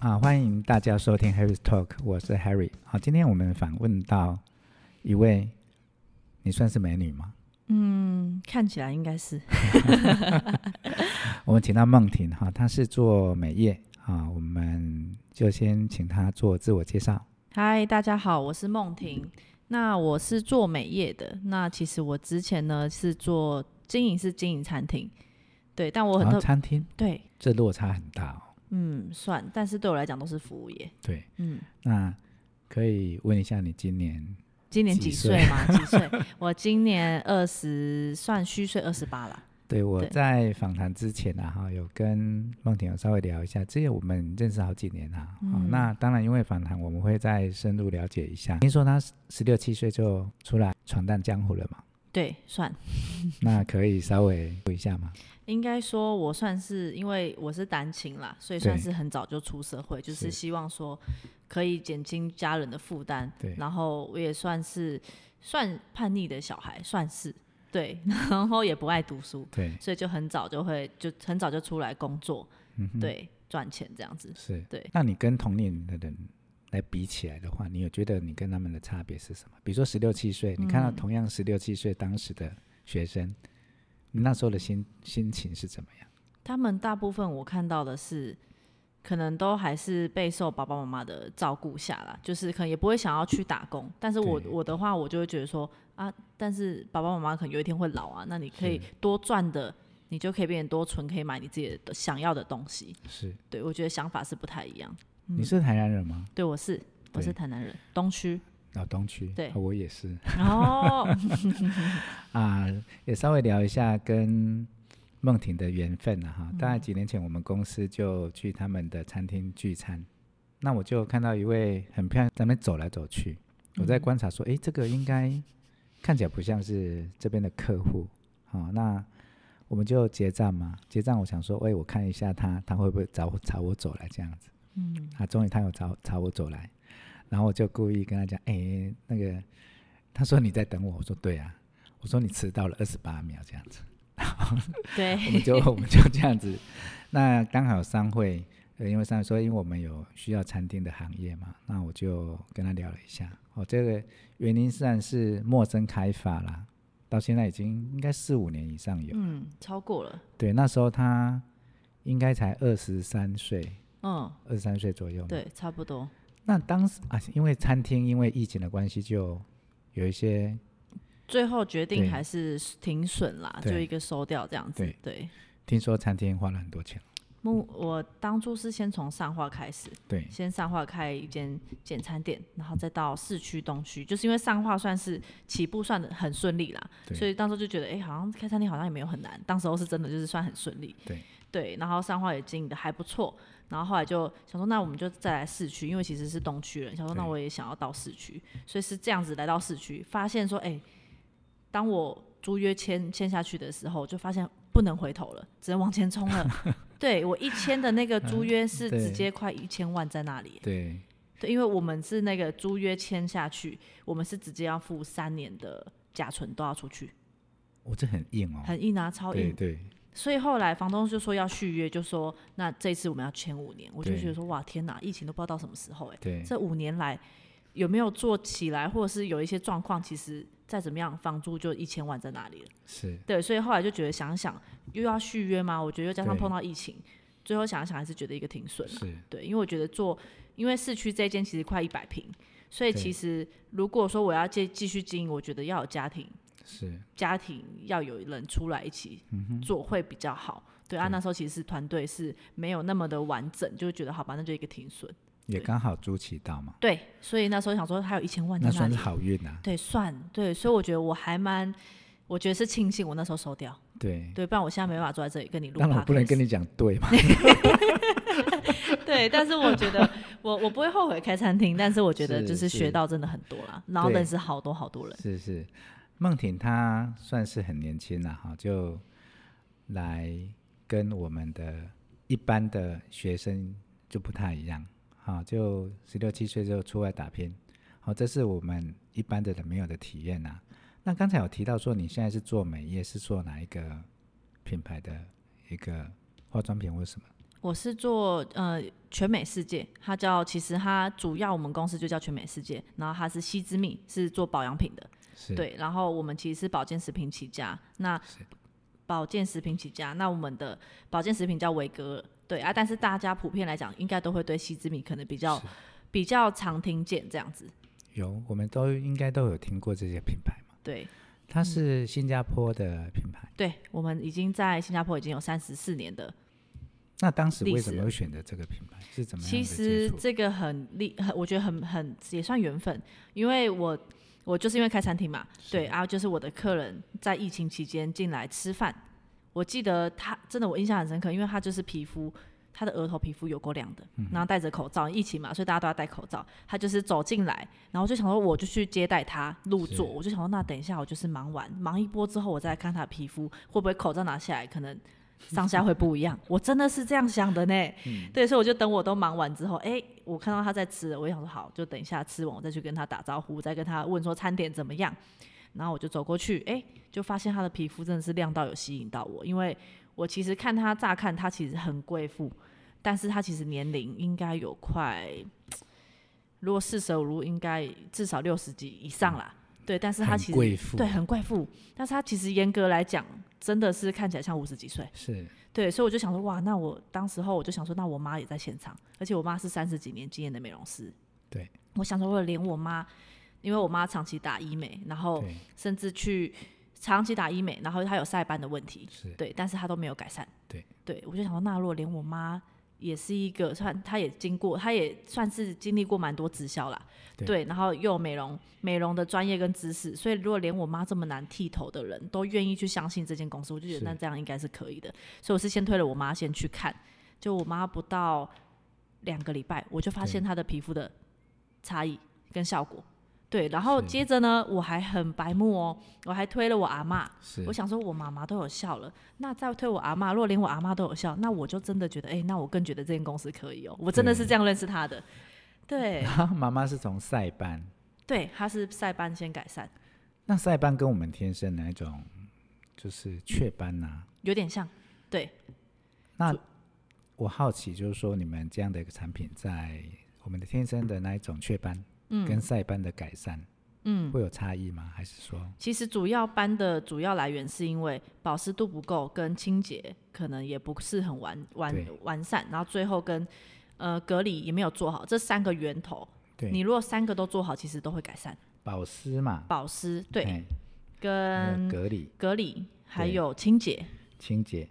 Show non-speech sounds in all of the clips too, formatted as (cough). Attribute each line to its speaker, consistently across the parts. Speaker 1: 啊，欢迎大家收听 Harry's Talk，我是 Harry。好，今天我们访问到一位，你算是美女吗？
Speaker 2: 嗯，看起来应该是
Speaker 1: 我们请到梦婷哈，她是做美业啊，我们就先请她做自我介绍。
Speaker 2: 嗨，大家好，我是梦婷。那我是做美业的。那其实我之前呢是做经营，是经营餐厅。对，但我很
Speaker 1: 然后
Speaker 2: 特、
Speaker 1: 餐厅
Speaker 2: 对，
Speaker 1: 这落差很大哦。
Speaker 2: 嗯，算，但是对我来讲都是服务业。
Speaker 1: 对，
Speaker 2: 嗯，
Speaker 1: 那可以问一下你今年
Speaker 2: 今年
Speaker 1: 几
Speaker 2: 几
Speaker 1: 岁
Speaker 2: 岁吗？几岁？ (laughs) 我今年二十，算虚岁二十八了。
Speaker 1: 对，我
Speaker 2: 对
Speaker 1: 在访谈之前啊，哈，有跟梦婷有稍微聊一下，这个我们认识好几年啊。哦
Speaker 2: 嗯
Speaker 1: 那当然，因为访谈我们会再深入了解一下。听说她十六七岁就出来闯荡江湖了
Speaker 2: (laughs)
Speaker 1: 嘛？
Speaker 2: 对，算，
Speaker 1: 那可以稍微说一下吗？
Speaker 2: 应该说我算是因为我是单亲啦，所以
Speaker 1: 对
Speaker 2: 算是很早就出社会，就是
Speaker 1: 是
Speaker 2: 希望说可以减轻家人的负担，
Speaker 1: 对，
Speaker 2: 然后我也算是算叛逆的小孩，算是对， (laughs) 然后也不爱读书，
Speaker 1: 对，
Speaker 2: 所以就很早就会就很早就出来工作，
Speaker 1: 嗯哼，
Speaker 2: 对，赚钱这样子。
Speaker 1: 是，
Speaker 2: 对。
Speaker 1: 那你跟同龄的人来比起来的话，你有觉得你跟他们的差别是什么？比如说十六七岁，你看到
Speaker 2: 嗯
Speaker 1: 同样十六七岁当时的学生，你那时候的心心情是怎么样？
Speaker 2: 他们大部分我看到的是，可能都还是备受爸爸妈妈的照顾下啦，就是可能也不会想要去打工。但是我
Speaker 1: 对
Speaker 2: 我的话，我就会觉得说啊，但是爸爸妈妈可能有一天会老啊，那你可以
Speaker 1: 是
Speaker 2: 多赚的，你就可以变得多存，可以买你自己的想要的东西。
Speaker 1: 是，
Speaker 2: 对我觉得想法是不太一样。
Speaker 1: 你是台南人吗？
Speaker 2: 对，我是我
Speaker 1: 对
Speaker 2: 是台南人，东区。
Speaker 1: 老东区，
Speaker 2: 对
Speaker 1: 啊我也是
Speaker 2: 哦， (laughs)
Speaker 1: 啊，也稍微聊一下跟梦婷的缘分啊、哈。大概几年前，我们公司就去他们的餐厅聚餐，那我就看到一位很漂亮，在那边走来走去，我在观察说，诶，这个应该看起来不像是这边的客户，好、那。我们就结账嘛，结账我想说，喂，我看一下他，他会不会找我找我走来这样子？
Speaker 2: 嗯，
Speaker 1: 啊，终于他有朝朝我走来，然后我就故意跟他讲，哎、那个，他说你在等我，我说对啊，我说你迟到了二十八秒这样子， (laughs) 我
Speaker 2: 对，
Speaker 1: 们就 (laughs) 我们就这样子，那刚好商会，呃，因为商会说，因为我们有需要餐厅的行业嘛，那我就跟他聊了一下，哦，这个园林虽然是陌生开发啦，到现在已经应该四五年以上有，
Speaker 2: 嗯，超过了，
Speaker 1: 对，那时候他应该才二十三岁，
Speaker 2: 嗯，
Speaker 1: 二十三岁左右嘛，
Speaker 2: 对，差不多。
Speaker 1: 那当时啊，因为餐厅因为疫情的关系，就有一些
Speaker 2: 最后决定
Speaker 1: 对
Speaker 2: 还是停损啦，
Speaker 1: 对
Speaker 2: 就一个收掉这样子
Speaker 1: 对。
Speaker 2: 对，
Speaker 1: 听说餐厅花了很多钱。
Speaker 2: 目我当初是先从上化开始，
Speaker 1: 对，
Speaker 2: 先上化开一间简餐店，然后再到市区东区，就是因为上化算是起步算的很顺利啦，
Speaker 1: 对
Speaker 2: 所以当时就觉得，哎、好像开餐厅好像也没有很难，当时候是真的就是算很顺利。
Speaker 1: 对
Speaker 2: 对，然后上化也经营的还不错，然后后来就想说，那我们就再来市区，因为其实是东区人，想说
Speaker 1: 对
Speaker 2: 那我也想要到市区，所以是这样子来到市区，发现说，哎、当我租约签签下去的时候，就发现不能回头了，只能往前冲了。
Speaker 1: (laughs)
Speaker 2: 对我一签的那个租约是
Speaker 1: 嗯对
Speaker 2: 直接快一千万在那里，
Speaker 1: 对，
Speaker 2: 对，因为我们是那个租约签下去，我们是直接要付三年的甲存都要出去，
Speaker 1: 我、这很硬哦。
Speaker 2: 很硬啊，超
Speaker 1: 对
Speaker 2: 硬。
Speaker 1: 对，
Speaker 2: 所以后来房东就说要续约，就说那这次我们要签五年，我就
Speaker 1: 对
Speaker 2: 觉得说哇天哪，疫情都不知道到什么时候哎、
Speaker 1: 对
Speaker 2: 这五年来有没有做起来，或者是有一些状况，其实再怎么样房租就一千万在那里了。
Speaker 1: 是，
Speaker 2: 对，所以后来就觉得想想又要续约吗？我觉得又加上
Speaker 1: 对
Speaker 2: 碰到疫情，最后想一想还是觉得一个停损啊。
Speaker 1: 是，
Speaker 2: 对，因为我觉得做，因为市区这间其实快一百平，所以
Speaker 1: 对
Speaker 2: 其实如果说我要继继续经营，我觉得要有家庭，
Speaker 1: 是，
Speaker 2: 家庭要有人出来一起做会比较好。对啊，
Speaker 1: 嗯对
Speaker 2: 那时候其实团队是没有那么的完整，就觉得好吧，那就一个停损。
Speaker 1: 也
Speaker 2: 对
Speaker 1: 刚好朱奇到嘛，
Speaker 2: 对，所以那时候想说还有一千万在
Speaker 1: 那
Speaker 2: 那
Speaker 1: 算
Speaker 2: 里
Speaker 1: 是，好运啊。
Speaker 2: 对，算对，所以我觉得我还蛮，我觉得是庆幸我那时候收掉，
Speaker 1: 对，
Speaker 2: 对，不然我现在没办法坐在这里跟你录。
Speaker 1: 当然我不能跟
Speaker 2: 你。
Speaker 1: 你讲对嘛。
Speaker 2: 对，但是我觉得 (laughs) 我我不会后悔开餐厅，但是我觉得
Speaker 1: 是
Speaker 2: 就是学
Speaker 1: 是
Speaker 2: 到真的很多啦，然后
Speaker 1: 对
Speaker 2: 认识好多好多人。
Speaker 1: 是是，梦婷她算是很年轻了哈，就来跟我们的一般的学生就不太一样，哈，就十六七岁就出外打拼，好，这是我们一般的人没有的体验呐、那刚才有提到说你现在是做美业，是做哪一个品牌的一个化妆品或什么？
Speaker 2: 我是做呃全美世界，它叫其实它主要我们公司就叫全美世界，然后它是西之蜜，是做保养品的，
Speaker 1: 是，
Speaker 2: 对，然后我们其实是保健食品起家，那
Speaker 1: 是
Speaker 2: 保健食品起家，那我们的保健食品叫维格尔，对啊，但是大家普遍来讲应该都会对西之米可能比较
Speaker 1: 是
Speaker 2: 比较常听见这样子，
Speaker 1: 有，我们都应该都有听过这些品牌嘛。
Speaker 2: 对
Speaker 1: 它是新加坡的品牌，
Speaker 2: 对，我们已经在新加坡已经有三十四年的
Speaker 1: 那当时
Speaker 2: 历
Speaker 1: 为什
Speaker 2: 史
Speaker 1: 么会选择这个品牌？是怎么样
Speaker 2: 其
Speaker 1: 的接
Speaker 2: 实
Speaker 1: 触？
Speaker 2: 这个很厉，很我觉得很很也算缘分，因为我我就是因为开餐厅嘛，对，然后就是我的客人在疫情期间进来吃饭，我记得他真的我印象很深刻，因为他就是皮肤。他的额头皮肤有够亮的，
Speaker 1: 嗯
Speaker 2: 然后戴着口罩，疫情嘛，所以大家都要戴口罩。他就是走进来，然后我就想说，我就去接待他入座，
Speaker 1: 是
Speaker 2: 我就想说，那等一下我就是忙完，忙一波之后，我再来看他的皮肤会不会口罩拿下来，可能上下会不一样。我真的是这样想的呢。对，所以我就等我都忙完之后，哎、我看到他在吃了，我就想说好，就等一下吃完我再去跟他打招呼，再跟他问说餐点怎么样。然后我就走过去，哎、就发现他的皮肤真的是亮到有吸引到我，因为我其实看他乍看他其实很贵妇，但是他其实年龄应该有快，如果四舍五入应该至少六十几以上啦。对，但是他
Speaker 1: 嗯很
Speaker 2: 其实
Speaker 1: 贵妇
Speaker 2: 对很贵妇，但是他其实严格来讲真的是看起来像五十几岁。
Speaker 1: 是
Speaker 2: 对，所以我就想说，哇，那我当时候我就想说，那我妈也在现场，而且我妈是三十几年经验的美容师。
Speaker 1: 对，
Speaker 2: 我想说，我连我妈，因为我妈长期打医美，然后
Speaker 1: 对，
Speaker 2: 甚至去长期打医美，然后她有晒斑的问题，
Speaker 1: 是
Speaker 2: 对，但是她都没有改善。
Speaker 1: 对，
Speaker 2: 对我就想说，那如果连我妈也是一个算，她也经过，她也算是经历过蛮多直销啦，
Speaker 1: 对
Speaker 2: 然后又有美容美容的专业跟知识，所以如果连我妈这么难剃头的人都愿意去相信这间公司，我就觉
Speaker 1: 是
Speaker 2: 得那这样应该是可以的，所以我是先推了我妈先去看，就我妈不到两个礼拜，我就发现她的皮肤的差异跟效果。对，然后
Speaker 1: 是
Speaker 2: 接着呢，我还很白目哦，我还推了我阿妈，
Speaker 1: 是
Speaker 2: 我想说，我妈妈都有效了，那再推我阿妈，如果连我阿妈都有效，那我就真的觉得，哎、那我更觉得这间公司可以哦、我真的是这样认识她的。对
Speaker 1: (laughs) 然后妈妈是从塞班，
Speaker 2: 对，她是晒斑先改善，
Speaker 1: 那塞班跟我们天生哪一种就是雀斑呐、
Speaker 2: 有点像。
Speaker 1: 那我好奇就是说，你们这样的一个产品在我们的天生的那一种雀斑，嗯，跟塞斑的改善，嗯，会有差异吗？还是说
Speaker 2: 其实主要斑的主要来源是因为保湿度不够，跟清洁可能也不是很完完
Speaker 1: 对
Speaker 2: 完善，然后最后跟呃隔离也没有做好，这三个源头，你
Speaker 1: 对
Speaker 2: 如果三个都做好，其实都会改善。
Speaker 1: 保湿嘛？
Speaker 2: 保湿对，嗯
Speaker 1: 哎还有
Speaker 2: 跟
Speaker 1: 隔离、
Speaker 2: 隔离还
Speaker 1: 对
Speaker 2: 有清洁，
Speaker 1: 清洁，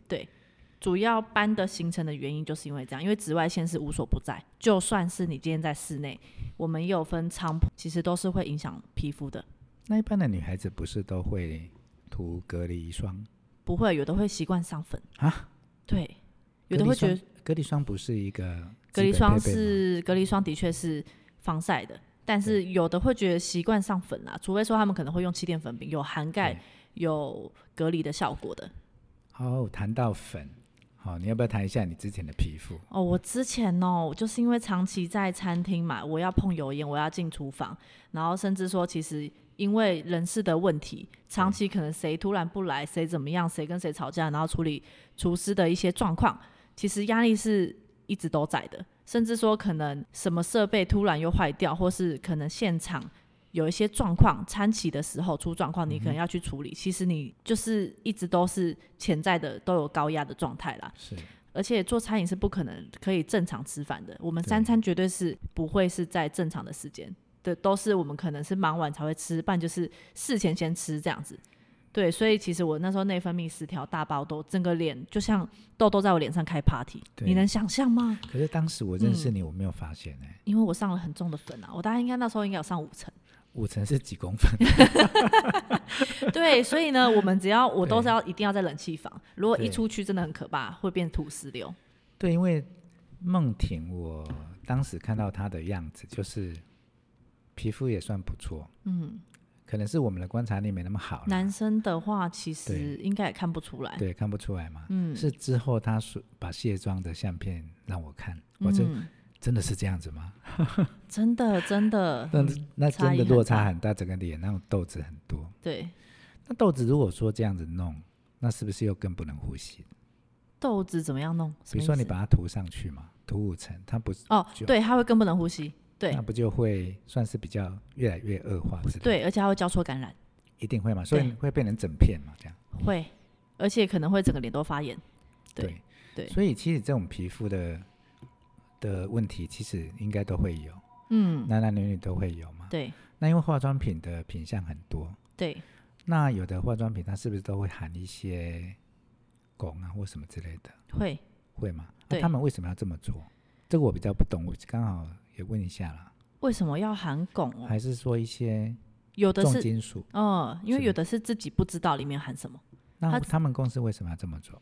Speaker 2: 主要斑的形成的原因就是因为这样，因为紫外线是无所不在，就算是你今天在室内，我们也有分长普，其实都是会影响皮肤的。
Speaker 1: 那一般的女孩子不是都会涂隔离霜？
Speaker 2: 不会，有的会习惯上粉
Speaker 1: 啊，
Speaker 2: 对，有的会觉得
Speaker 1: 隔离霜不是一个
Speaker 2: 隔离
Speaker 1: 基本
Speaker 2: 霜
Speaker 1: 配备吗
Speaker 2: 是隔离霜，的确是防晒的，但是有的会觉得习惯上粉啦，除非说他们可能会用气垫粉饼，有涵盖
Speaker 1: 对
Speaker 2: 有隔离的效果的。
Speaker 1: 哦，谈到粉，好、你要不要谈一下你之前的皮肤？
Speaker 2: 哦，我之前哦，就是因为长期在餐厅嘛，我要碰油烟，我要进厨房，然后甚至说，其实因为人事的问题，长期可能谁突然不来，谁怎么样，谁跟谁吵架，然后处理厨师的一些状况，其实压力是一直都在的，甚至说可能什么设备突然又坏掉，或是可能现场。有一些状况，餐期的时候出状况，你可能要去处理。其实你就是一直都是潜在的都有高压的状态啦。
Speaker 1: 是
Speaker 2: 而且做餐饮是不可能可以正常吃饭的，我们三
Speaker 1: 对
Speaker 2: 餐绝对是不会是在正常的时间，对，都是我们可能是忙完才会吃，不然就是事前先吃这样子。对，所以其实我那时候内分泌失调，大包痘，整个脸就像痘痘在我脸上开 party，
Speaker 1: 对
Speaker 2: 你能想象吗？
Speaker 1: 可是当时我认
Speaker 2: 嗯
Speaker 1: 识你，我没有发现哎、
Speaker 2: 因为我上了很重的粉啊，我大概应该那时候应该有上五层。
Speaker 1: 五层是几公分？
Speaker 2: (laughs)
Speaker 1: (laughs)
Speaker 2: 对，所以呢，我们只要我都
Speaker 1: 对
Speaker 2: 是要一定要在冷气房，如果一
Speaker 1: 对
Speaker 2: 出去真的很可怕，会变土石流。
Speaker 1: 对，因为梦婷，我当时看到她的样子，就是皮肤也算不错，嗯，可能是我们的观察力没那么好啦，
Speaker 2: 男生的话，其实应该也看不出来。
Speaker 1: 对，看不出来嘛。
Speaker 2: 嗯，
Speaker 1: 是之后她说把卸妆的相片让我看，我真、
Speaker 2: 嗯
Speaker 1: 真的是这样子吗？
Speaker 2: 真的真的，
Speaker 1: 那那
Speaker 2: 嗯差
Speaker 1: 真
Speaker 2: 异
Speaker 1: 的
Speaker 2: 很
Speaker 1: 落差
Speaker 2: 大
Speaker 1: 很大，整个脸那种痘子很多。
Speaker 2: 对，
Speaker 1: 那豆子如果说这样子弄，那是不是又更不能呼吸？
Speaker 2: 豆子怎么样弄？什
Speaker 1: 比
Speaker 2: 么
Speaker 1: 如
Speaker 2: 意
Speaker 1: 说你
Speaker 2: 思
Speaker 1: 把它涂上去嘛，涂五层，它不是，
Speaker 2: 哦，
Speaker 1: 酒
Speaker 2: 对，它会更不能呼吸，对
Speaker 1: 那不就会算是比较越来越恶化之类的，
Speaker 2: 对，而且它会交错感染，
Speaker 1: 一定会嘛，所以
Speaker 2: 对
Speaker 1: 会变成整片嘛，这样。
Speaker 2: 会，而且可能会整个脸都发炎。对
Speaker 1: 对
Speaker 2: 对
Speaker 1: 所以其实这种皮肤的的问题，其实应该都会有，
Speaker 2: 嗯，
Speaker 1: 男男女女都会有嘛。
Speaker 2: 对
Speaker 1: 那因为化妆品的品相很多，
Speaker 2: 对，
Speaker 1: 那有的化妆品它是不是都会含一些汞啊或什么之类的？
Speaker 2: 会。
Speaker 1: 会吗？那、
Speaker 2: 对
Speaker 1: 他们为什么要这么做？这个我比较不懂，我刚好也问一下啦。
Speaker 2: 为什么要含汞哦？
Speaker 1: 还是说一些
Speaker 2: 有的
Speaker 1: 重
Speaker 2: 是，
Speaker 1: 金属？
Speaker 2: 嗯，因为
Speaker 1: 是
Speaker 2: 有的是自己不知道里面含什么。
Speaker 1: 那
Speaker 2: 它
Speaker 1: 他们公司为什么要这么做？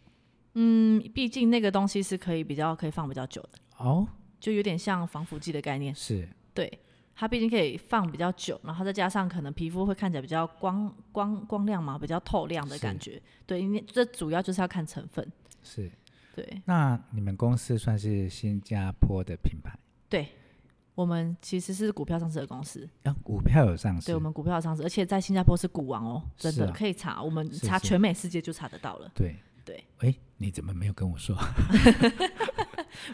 Speaker 2: 嗯，毕竟那个东西是可以比较可以放比较久的，
Speaker 1: 哦，
Speaker 2: 就有点像防腐剂的概念。
Speaker 1: 是
Speaker 2: 对，它毕竟可以放比较久，然后再加上可能皮肤会看起来比较光光光亮嘛，比较透亮的
Speaker 1: 是
Speaker 2: 感觉。对，因为这主要就是要看成分。
Speaker 1: 是。
Speaker 2: 对
Speaker 1: 那你们公司算是新加坡的品牌，
Speaker 2: 对，我们其实是股票上市的公司，
Speaker 1: 啊，股票有上市
Speaker 2: 哦对我，们股票上市，而且在新加坡是股王哦，真
Speaker 1: 是
Speaker 2: 的、
Speaker 1: 啊
Speaker 2: 可以查，我们
Speaker 1: 是
Speaker 2: 查
Speaker 1: 是
Speaker 2: 全美世界就查得到了。
Speaker 1: 对
Speaker 2: 对，
Speaker 1: 哎，你怎么没有跟我说？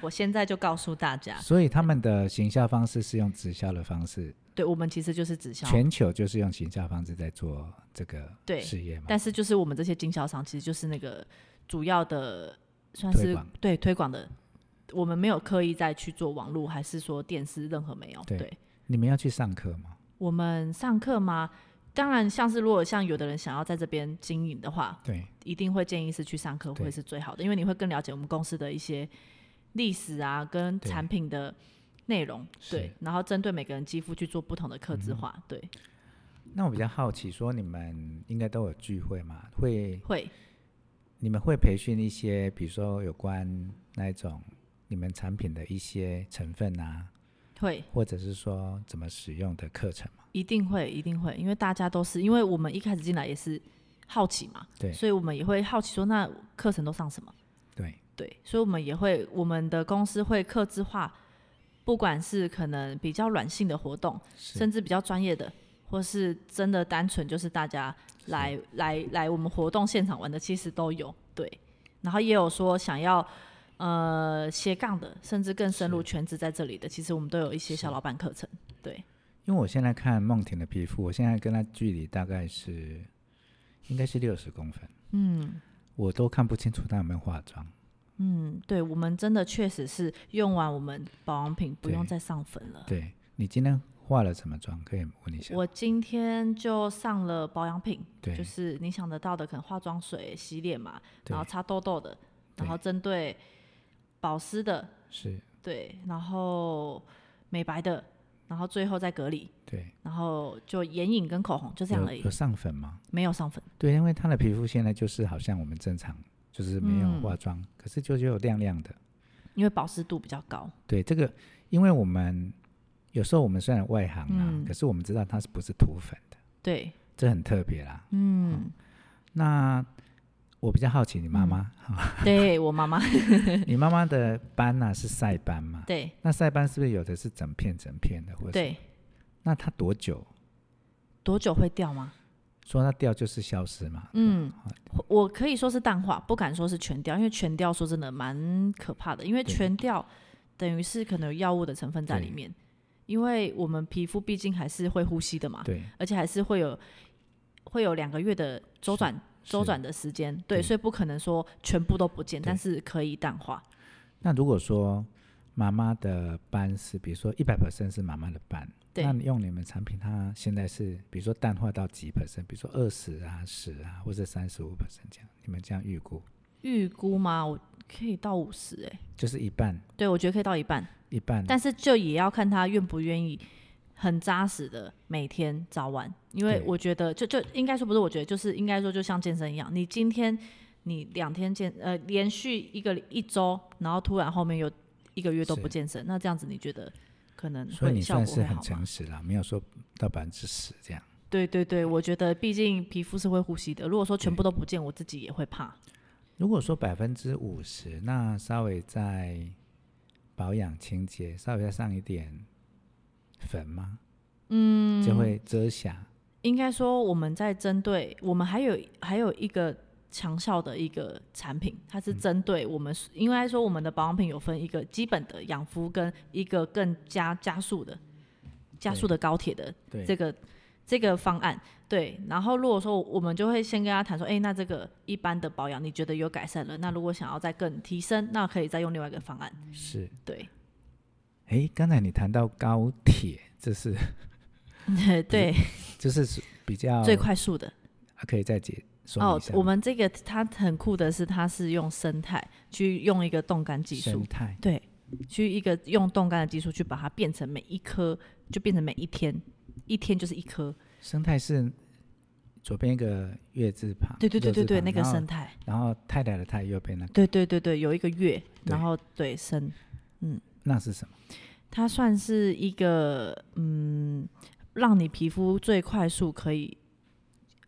Speaker 2: 我现在就告诉大家，
Speaker 1: 所以他们的行销方式是用直销的方式，
Speaker 2: 对我们其实就是直销，
Speaker 1: 全球就是用行销方式在做这个
Speaker 2: 对
Speaker 1: 事业嘛。
Speaker 2: 但是就是我们这些经销商其实就是那个主要的算
Speaker 1: 推
Speaker 2: 是
Speaker 1: 广
Speaker 2: 对推广的，我们没有刻意再去做网络还是说电视任何没有。
Speaker 1: 对
Speaker 2: 对
Speaker 1: 你们要去上课吗？
Speaker 2: 我们上课吗？当然，像是如果像有的人想要在这边经营的话，
Speaker 1: 对，
Speaker 2: 一定会建议是去上课
Speaker 1: 对
Speaker 2: 会是最好的，因为你会更了解我们公司的一些历史啊，跟
Speaker 1: 对
Speaker 2: 产品的内容，
Speaker 1: 是
Speaker 2: 对，然后针对每个人肌肤去做不同的客制
Speaker 1: 嗯
Speaker 2: 化，对，
Speaker 1: 那我比较好奇，说你们应该都有聚会嘛？会
Speaker 2: 会
Speaker 1: 你们会培训一些，比如说有关那一种你们产品的一些成分啊，
Speaker 2: 会
Speaker 1: 或者是说怎么使用的课程吗？
Speaker 2: 一定会一定会，因为大家都是因为我们一开始进来也是好奇嘛，
Speaker 1: 对
Speaker 2: 所以我们也会好奇说那课程都上什么。
Speaker 1: 对，
Speaker 2: 对，所以我们也会，我们的公司会客制化，不管是可能比较软性的活动，
Speaker 1: 是
Speaker 2: 甚至比较专业的，或是真的单纯就是大家来来来我们活动现场玩的，其实都有对。然后也有说想要呃斜杠的，甚至更深入全职在这里的，其实我们都有一些小老板课程。对，
Speaker 1: 因为我现在看梦婷的皮肤，我现在跟她距离大概是应该是六十公分，
Speaker 2: 嗯
Speaker 1: 我都看不清楚她有没有化妆。
Speaker 2: 嗯，对，我们真的确实是用完我们保养品不用
Speaker 1: 对
Speaker 2: 再上粉了。
Speaker 1: 对你今天化了什么妆？可以问一下吗。
Speaker 2: 嗯我今天就上了保养品，
Speaker 1: 对
Speaker 2: 就是你想得到的，可能化妆水、洗脸嘛，
Speaker 1: 对
Speaker 2: 然后擦痘痘的，然后针对保湿的，
Speaker 1: 是，
Speaker 2: 对，然后美白的，然后最后再隔离，
Speaker 1: 对，
Speaker 2: 然后就眼影跟口红，就这样
Speaker 1: 有
Speaker 2: 而已
Speaker 1: 有，上粉吗？
Speaker 2: 没有上粉。
Speaker 1: 对，因为她的皮肤现在就是好像我们正常，就是没有
Speaker 2: 嗯
Speaker 1: 化妆，可是就就有亮亮的。
Speaker 2: 因为保湿度比较高，
Speaker 1: 对这个，因为我们有时候我们虽然外行啊，
Speaker 2: 嗯
Speaker 1: 可是我们知道它是不是涂粉的，
Speaker 2: 对，
Speaker 1: 这很特别啦。
Speaker 2: 嗯，
Speaker 1: 那我比较好奇你妈妈，哈，
Speaker 2: 对我妈妈， (laughs) 嗯
Speaker 1: (laughs) 你妈妈的斑呢、是晒斑嘛？
Speaker 2: 对
Speaker 1: 那晒斑是不是有的是整片整片的，或者是
Speaker 2: 对，
Speaker 1: 那它多久
Speaker 2: 多久会掉吗？
Speaker 1: 说它掉就是消失嘛？
Speaker 2: 嗯，我可以说是淡化，不敢说是全掉，因为全掉说真的蛮可怕的，因为
Speaker 1: 对
Speaker 2: 全掉等于是可能有药物的成分在里
Speaker 1: 对
Speaker 2: 面，因为我们皮肤毕竟还是会呼吸的嘛，
Speaker 1: 对，
Speaker 2: 而且还是会有会有两个月的周转周
Speaker 1: 是
Speaker 2: 转的时间，对，
Speaker 1: 对
Speaker 2: 所以不可能说全部都不见，
Speaker 1: 对
Speaker 2: 但是可以淡化，
Speaker 1: 那如果说妈妈的斑是，比如说一百 percent 是妈妈的斑，
Speaker 2: 对
Speaker 1: 那你用你们产品，它现在是比如说淡化到几 percent，比如说二十啊、十啊，或者三十五 percent 这样，你们这样预估
Speaker 2: 预估吗？我可以到五十哎，
Speaker 1: 就是一半，
Speaker 2: 对我觉得可以到一半，
Speaker 1: 一半，
Speaker 2: 但是就也要看他愿不愿意很扎实的每天早晚，因为
Speaker 1: 对
Speaker 2: 我觉得就就应该说不是，我觉得就是应该说就像健身一样，你今天你两天健呃连续一个一周，然后突然后面有一个月都不
Speaker 1: 是
Speaker 2: 健身，那这样子你觉得可能
Speaker 1: 所以
Speaker 2: 会
Speaker 1: 你
Speaker 2: 效
Speaker 1: 算
Speaker 2: 果
Speaker 1: 是
Speaker 2: 会
Speaker 1: 很
Speaker 2: 好吗
Speaker 1: 诚？实啦，没有说到百分之十这样。
Speaker 2: 对对对，我觉得毕竟皮肤是会呼吸的，如果说全部都不见，我自己也会怕。
Speaker 1: 如果说百分之五十，那稍微在保养清洁稍微再上一点粉吗？嗯，就会遮瑕。
Speaker 2: 应该说我们在针对我们还有还有一个强效的一个产品，它
Speaker 1: 嗯
Speaker 2: 是针对我们，应该说我们的保养品有分一个基本的养肤跟一个更加加速的加速的高铁的
Speaker 1: 对，
Speaker 2: 这个这个方案。对，然后如果说我们就会先跟他谈说，哎，那这个一般的保养你觉得有改善了，那如果想要再更提升，那可以再用另外一个方案。
Speaker 1: 是。
Speaker 2: 对， (laughs)
Speaker 1: 哎，刚才你谈到高铁，这是
Speaker 2: 对，
Speaker 1: 这是属比较啊
Speaker 2: 最快速的。
Speaker 1: 可以再解说明
Speaker 2: 哦
Speaker 1: 一下，
Speaker 2: 我
Speaker 1: 吗
Speaker 2: 们这个它很酷的是，它是用生态去用一个冻干技
Speaker 1: 生
Speaker 2: 术，
Speaker 1: 态
Speaker 2: 对，去一个用冻干的技术去把它变成每一颗，就变成每一天，一天就是一颗。
Speaker 1: 生态是左边一个月字旁，
Speaker 2: 对对对
Speaker 1: 肉字
Speaker 2: 对对，
Speaker 1: 旁
Speaker 2: 那个
Speaker 1: 然后
Speaker 2: 生态，
Speaker 1: 然后太太的太右边那个，
Speaker 2: 对对对对，有一个月，
Speaker 1: 对
Speaker 2: 然后对生，
Speaker 1: 那是什么？
Speaker 2: 它算是一个嗯，让你皮肤最快速可以。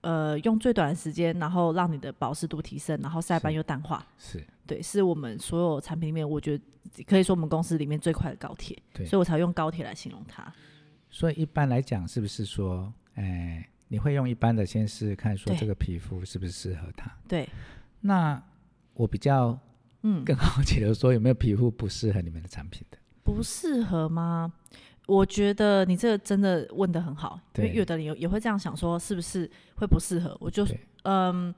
Speaker 2: 呃，用最短的时间，然后让你的保湿度提升，然后晒斑
Speaker 1: 是
Speaker 2: 又淡化，
Speaker 1: 是
Speaker 2: 对，是我们所有产品里面，我觉得可以说我们公司里面最快的高铁，
Speaker 1: 对
Speaker 2: 所以我才用高铁来形容它。
Speaker 1: 所以一般来讲，是不是说，哎，你会用一般的先试试看，说
Speaker 2: 对
Speaker 1: 这个皮肤是不是适合它？
Speaker 2: 对，
Speaker 1: 那我比较
Speaker 2: 嗯，
Speaker 1: 更 (laughs) 好奇的说，有没有皮肤不适合你们的产品的？
Speaker 2: 不适合吗？我觉得你这个真的问的很好，因为
Speaker 1: 对
Speaker 2: 有的人有也会这样想说，是不是会不适合？我就
Speaker 1: 对
Speaker 2: 嗯，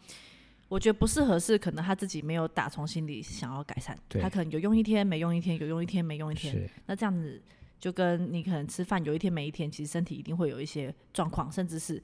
Speaker 2: 我觉得不适合是可能他自己没有打从心里想要改善，
Speaker 1: 对
Speaker 2: 他可能有用一天没用一天，有用一天没用一天，
Speaker 1: 是
Speaker 2: 那这样子就跟你可能吃饭有一天没一天，其实身体一定会有一些状况，甚至是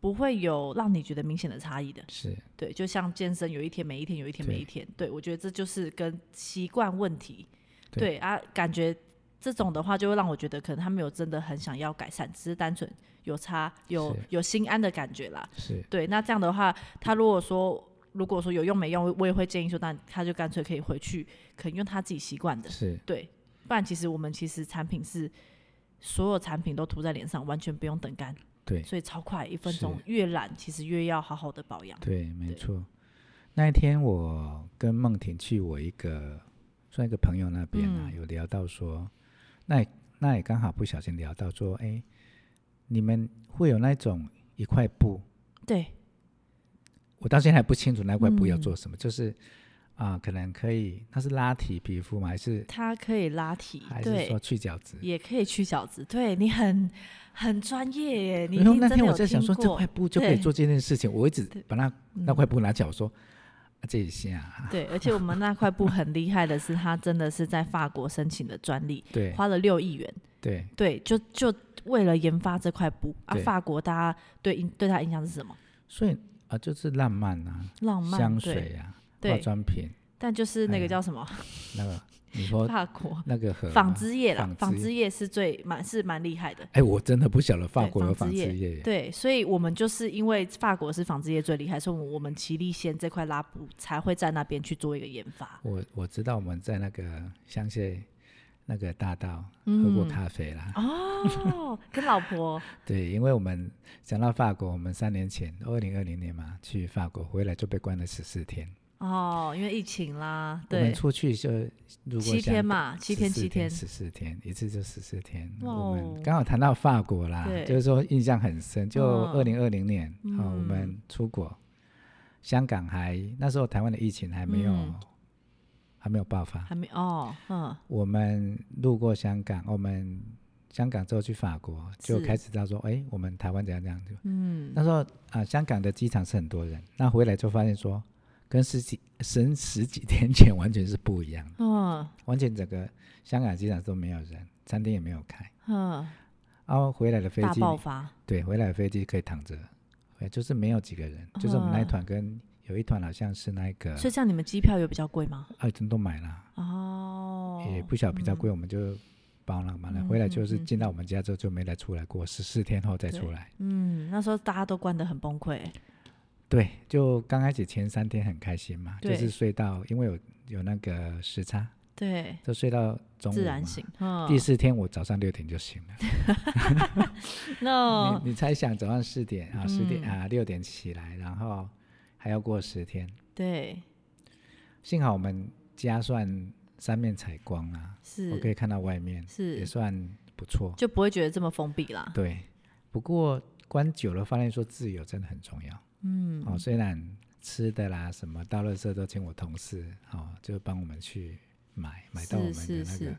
Speaker 2: 不会有让你觉得明显的差异的。
Speaker 1: 是，
Speaker 2: 对，就像健身有一天没一天，有一天没
Speaker 1: 对
Speaker 2: 一天。对我觉得这就是跟习惯问题。
Speaker 1: 对
Speaker 2: 啊，感觉这种的话就会让我觉得，可能他没有真的很想要改善，只是单纯有差有
Speaker 1: 是
Speaker 2: 有心安的感觉啦。
Speaker 1: 是
Speaker 2: 对，那这样的话，他如果说如果说有用没用，我也会建议说，那他就干脆可以回去，可能用他自己习惯的。
Speaker 1: 是
Speaker 2: 对，不然其实我们其实产品是所有产品都涂在脸上，完全不用等干，
Speaker 1: 对
Speaker 2: 所以超快，一分
Speaker 1: 是
Speaker 2: 钟越懒，其实越要好好的保养。
Speaker 1: 对，没
Speaker 2: 对
Speaker 1: 错。那一天我跟梦婷去我一个算一个朋友那边啊，
Speaker 2: 嗯
Speaker 1: 有聊到说，那也那也刚好不小心聊到说，哎，你们会有那种一块布，
Speaker 2: 对，
Speaker 1: 我到现在还不清楚那块布要
Speaker 2: 嗯
Speaker 1: 做什么，就是啊、可能可以，它是拉提皮肤吗？还是
Speaker 2: 它可以拉提，
Speaker 1: 还是
Speaker 2: 对
Speaker 1: 说，去角质？
Speaker 2: 也可以去角质。对你很很专业耶，你一
Speaker 1: 然后
Speaker 2: 定
Speaker 1: 那
Speaker 2: 真
Speaker 1: 天我
Speaker 2: 的有
Speaker 1: 在想说，
Speaker 2: 听
Speaker 1: 这
Speaker 2: 过
Speaker 1: 块。布就可以
Speaker 2: 对
Speaker 1: 做这件事情，我一直
Speaker 2: 对嗯
Speaker 1: 把那那块布拿起来，我说、啊、这一下啊，
Speaker 2: 对，而且我们那块布很厉害的是，它真的是在法国申请的专利，
Speaker 1: 对
Speaker 2: 花了六亿元，
Speaker 1: 对，
Speaker 2: 对，就就为了研发这块布啊。
Speaker 1: 对
Speaker 2: 法国大家对印对它印象是什么？
Speaker 1: 所以啊，就是浪漫啊，
Speaker 2: 浪漫，
Speaker 1: 香
Speaker 2: 对
Speaker 1: 水啊，化
Speaker 2: 对，
Speaker 1: 妆品
Speaker 2: 但就是那
Speaker 1: 哎
Speaker 2: 个
Speaker 1: 呀
Speaker 2: 叫什么、
Speaker 1: 那
Speaker 2: (laughs)
Speaker 1: 个，你说
Speaker 2: 法国
Speaker 1: 那个盒
Speaker 2: 纺
Speaker 1: 吗？
Speaker 2: 织业啦，
Speaker 1: 纺
Speaker 2: 纺
Speaker 1: 织
Speaker 2: 织业是最蛮是蛮厉害的。
Speaker 1: 哎，我真的不晓得法
Speaker 2: 对
Speaker 1: 国有纺
Speaker 2: 纺织
Speaker 1: 织
Speaker 2: 业
Speaker 1: 业耶，
Speaker 2: 对，所以我们就是因为法国是纺织业最厉害，所以我们我们奇力仙这块拉布才会在那边去做一个研发。
Speaker 1: 我我知道我们在那个香榭那个大道喝
Speaker 2: 嗯
Speaker 1: 过咖啡啦，
Speaker 2: 哦，跟老婆，
Speaker 1: 对，因为我们讲到法国，我们三年前二零二零年嘛去法国，回来就被关了十四天。
Speaker 2: 哦，因为疫情啦，
Speaker 1: 我们
Speaker 2: 对，
Speaker 1: 出去就如果
Speaker 2: 七
Speaker 1: 想
Speaker 2: 天嘛，七天七天，
Speaker 1: 十四天，一次就十四天。
Speaker 2: 哇
Speaker 1: 我
Speaker 2: 哦
Speaker 1: 们刚好谈到法国啦，
Speaker 2: 对
Speaker 1: 就是说印象很深。就二
Speaker 2: 嗯
Speaker 1: 零二零年啊、我
Speaker 2: 嗯
Speaker 1: 们出国，香港还那时候台湾的疫情还没有、
Speaker 2: 嗯
Speaker 1: 还没有爆发，
Speaker 2: 还没哦，嗯，
Speaker 1: 我们路过香港，我们香港之后去法国，就是开始知道说，哎，我们台湾怎样怎样。就
Speaker 2: 嗯，
Speaker 1: 那时候啊、香港的机场是很多人，那回来就发现说，跟十几、十十几天前完全是不一样的，
Speaker 2: 嗯，
Speaker 1: 完全整个香港机场都没有人，餐厅也没有开。
Speaker 2: 嗯，
Speaker 1: 然后回来的飞
Speaker 2: 大
Speaker 1: 机，
Speaker 2: 爆发，
Speaker 1: 对，回来的飞机可以躺着，哎就是没有几个人，就是我们那一
Speaker 2: 嗯
Speaker 1: 团跟有一团好像是那个，
Speaker 2: 所以这样你们机票有比较贵吗？
Speaker 1: 二吨都买了，
Speaker 2: 哦，嗯
Speaker 1: 也不小，比较贵，我们就包了嘛。回来就是进到我们家之后就没来出来过，十四天后再出
Speaker 2: 对
Speaker 1: 来。
Speaker 2: 嗯，那时候大家都关得很崩溃，
Speaker 1: 对，就刚开始前三天很开心嘛，就
Speaker 2: 对
Speaker 1: 是睡到，因为有有那个时差，
Speaker 2: 对，
Speaker 1: 就睡到中午
Speaker 2: 自然
Speaker 1: 嘛
Speaker 2: 醒，嗯，
Speaker 1: 第四天我早上六点就醒了，
Speaker 2: 那
Speaker 1: 你你猜想早上四点啊十点
Speaker 2: 哦嗯
Speaker 1: 啊六点起来，然后还要过十天，
Speaker 2: 对
Speaker 1: 幸好我们家算三面采光啊，我可
Speaker 2: 是
Speaker 1: 以看到外面，也
Speaker 2: 是，
Speaker 1: 算不错。
Speaker 2: 就不会觉得这么封闭啦。
Speaker 1: 对，不过关久了发现说自由真的很重要。
Speaker 2: 嗯，
Speaker 1: 哦，虽然吃的啦什么到垃圾都请我同事哦，就帮我们去买，买到我们的
Speaker 2: 是
Speaker 1: 那
Speaker 2: 是
Speaker 1: 个
Speaker 2: 是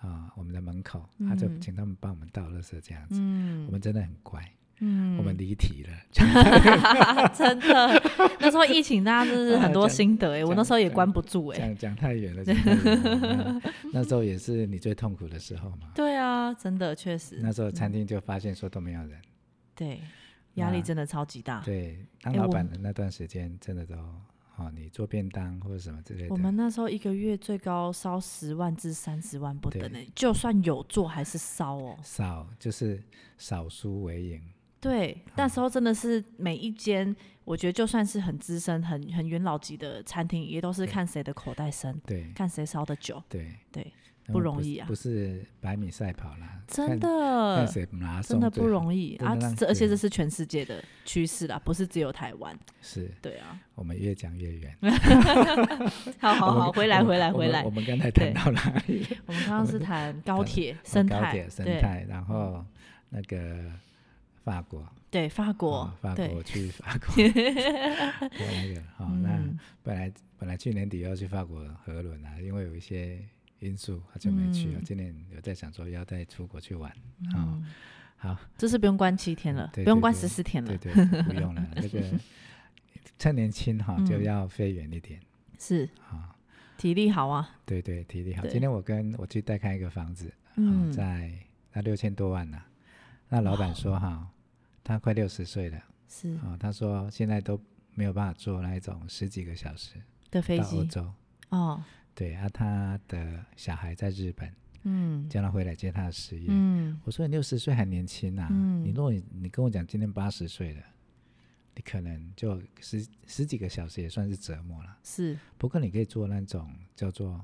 Speaker 1: 啊、我们的门口，他就
Speaker 2: 嗯
Speaker 1: 请他们帮我们倒垃圾这样子。我
Speaker 2: 嗯
Speaker 1: 们真的很乖，
Speaker 2: 嗯
Speaker 1: 我们离题了。
Speaker 2: (laughs) 真的，那时候疫情大家
Speaker 1: (laughs)
Speaker 2: 真是很多心得哎、
Speaker 1: 样
Speaker 2: 我那时候也
Speaker 1: 这样
Speaker 2: 关不住哎、
Speaker 1: 讲讲太远了，讲太远
Speaker 2: (laughs)
Speaker 1: 了。那那时候也是你最痛苦的时候嘛。
Speaker 2: 对啊，真的确实，
Speaker 1: 那时候餐厅就发现说都没有人，
Speaker 2: 对，压力
Speaker 1: 那
Speaker 2: 真的超级大。
Speaker 1: 啊对，当
Speaker 2: 哎
Speaker 1: 老
Speaker 2: 我
Speaker 1: 板的那段时间真的都，哦，你做便当或者什么之类的，
Speaker 2: 我们那时候一个月最高烧十万至三十万不等
Speaker 1: 对
Speaker 2: 哎、就算有做还是烧哦。
Speaker 1: 少就是少输为赢，
Speaker 2: 对，
Speaker 1: 嗯
Speaker 2: 那时候真的是每一间，我觉得就算是很资深、很很元老级的餐厅，也都是看谁的口袋深，
Speaker 1: 对
Speaker 2: 看谁烧的久。
Speaker 1: 对
Speaker 2: 对，
Speaker 1: 那
Speaker 2: 不
Speaker 1: 么
Speaker 2: 容
Speaker 1: 是
Speaker 2: 易啊
Speaker 1: 不是百米赛跑啦，
Speaker 2: 真
Speaker 1: 看看
Speaker 2: 的，
Speaker 1: 谁拿
Speaker 2: 真
Speaker 1: 中
Speaker 2: 的
Speaker 1: 最
Speaker 2: 不
Speaker 1: 好
Speaker 2: 容易
Speaker 1: 真
Speaker 2: 啊
Speaker 1: 的让！
Speaker 2: 这而且
Speaker 1: 对
Speaker 2: 这是全世界的趋势啦，不是只有台湾。
Speaker 1: 是
Speaker 2: 对啊，
Speaker 1: (laughs) 我们越讲越远，
Speaker 2: 好 (laughs) 好
Speaker 1: 我们
Speaker 2: 好，回来
Speaker 1: 我们
Speaker 2: 回来
Speaker 1: 我
Speaker 2: 回
Speaker 1: 们
Speaker 2: 来
Speaker 1: 我。们刚才
Speaker 2: 对
Speaker 1: 谈到哪里？
Speaker 2: 我们刚刚是谈高
Speaker 1: 们哦
Speaker 2: 铁生
Speaker 1: 高
Speaker 2: 态
Speaker 1: 铁，生
Speaker 2: 对嗯
Speaker 1: 态，然后那个法国，
Speaker 2: 对，法国
Speaker 1: 哦，法
Speaker 2: 对
Speaker 1: 国去法
Speaker 2: (laughs)
Speaker 1: 国，对那个好，那
Speaker 2: 嗯
Speaker 1: 本来本来去年底要去法国河伦啊，因为有一些因素，好久没去了。
Speaker 2: 嗯
Speaker 1: 今年有在想说要再出国去玩，哦
Speaker 2: 嗯，
Speaker 1: 好，
Speaker 2: 这是不用关七天了，
Speaker 1: 对
Speaker 2: 不用
Speaker 1: 对
Speaker 2: 关
Speaker 1: 对
Speaker 2: 十四天了
Speaker 1: 对，对，对不
Speaker 2: (laughs)
Speaker 1: 用了，这个趁年轻哈就
Speaker 2: 嗯
Speaker 1: 要飞远一点
Speaker 2: 是
Speaker 1: 啊。
Speaker 2: 体力好啊，
Speaker 1: 对对，体力好。
Speaker 2: 对
Speaker 1: 今天我跟我去代看一个房子，啊，
Speaker 2: 嗯，
Speaker 1: 在那六千多万呢。那老板说哈，他快六十岁了
Speaker 2: 是
Speaker 1: 啊，他说现在都没有办法坐那一种十几个小时
Speaker 2: 的飞
Speaker 1: 到欧
Speaker 2: 机
Speaker 1: 洲。
Speaker 2: 哦，
Speaker 1: 对啊，他的小孩在日本，
Speaker 2: 嗯
Speaker 1: 叫他回来接他的事业。
Speaker 2: 嗯，
Speaker 1: 我说你六十岁还年轻啊，
Speaker 2: 嗯
Speaker 1: 你如果你你跟我讲今年八十岁了，你可能就十十几个小时也算是折磨了。
Speaker 2: 是
Speaker 1: 不过你可以做那种叫做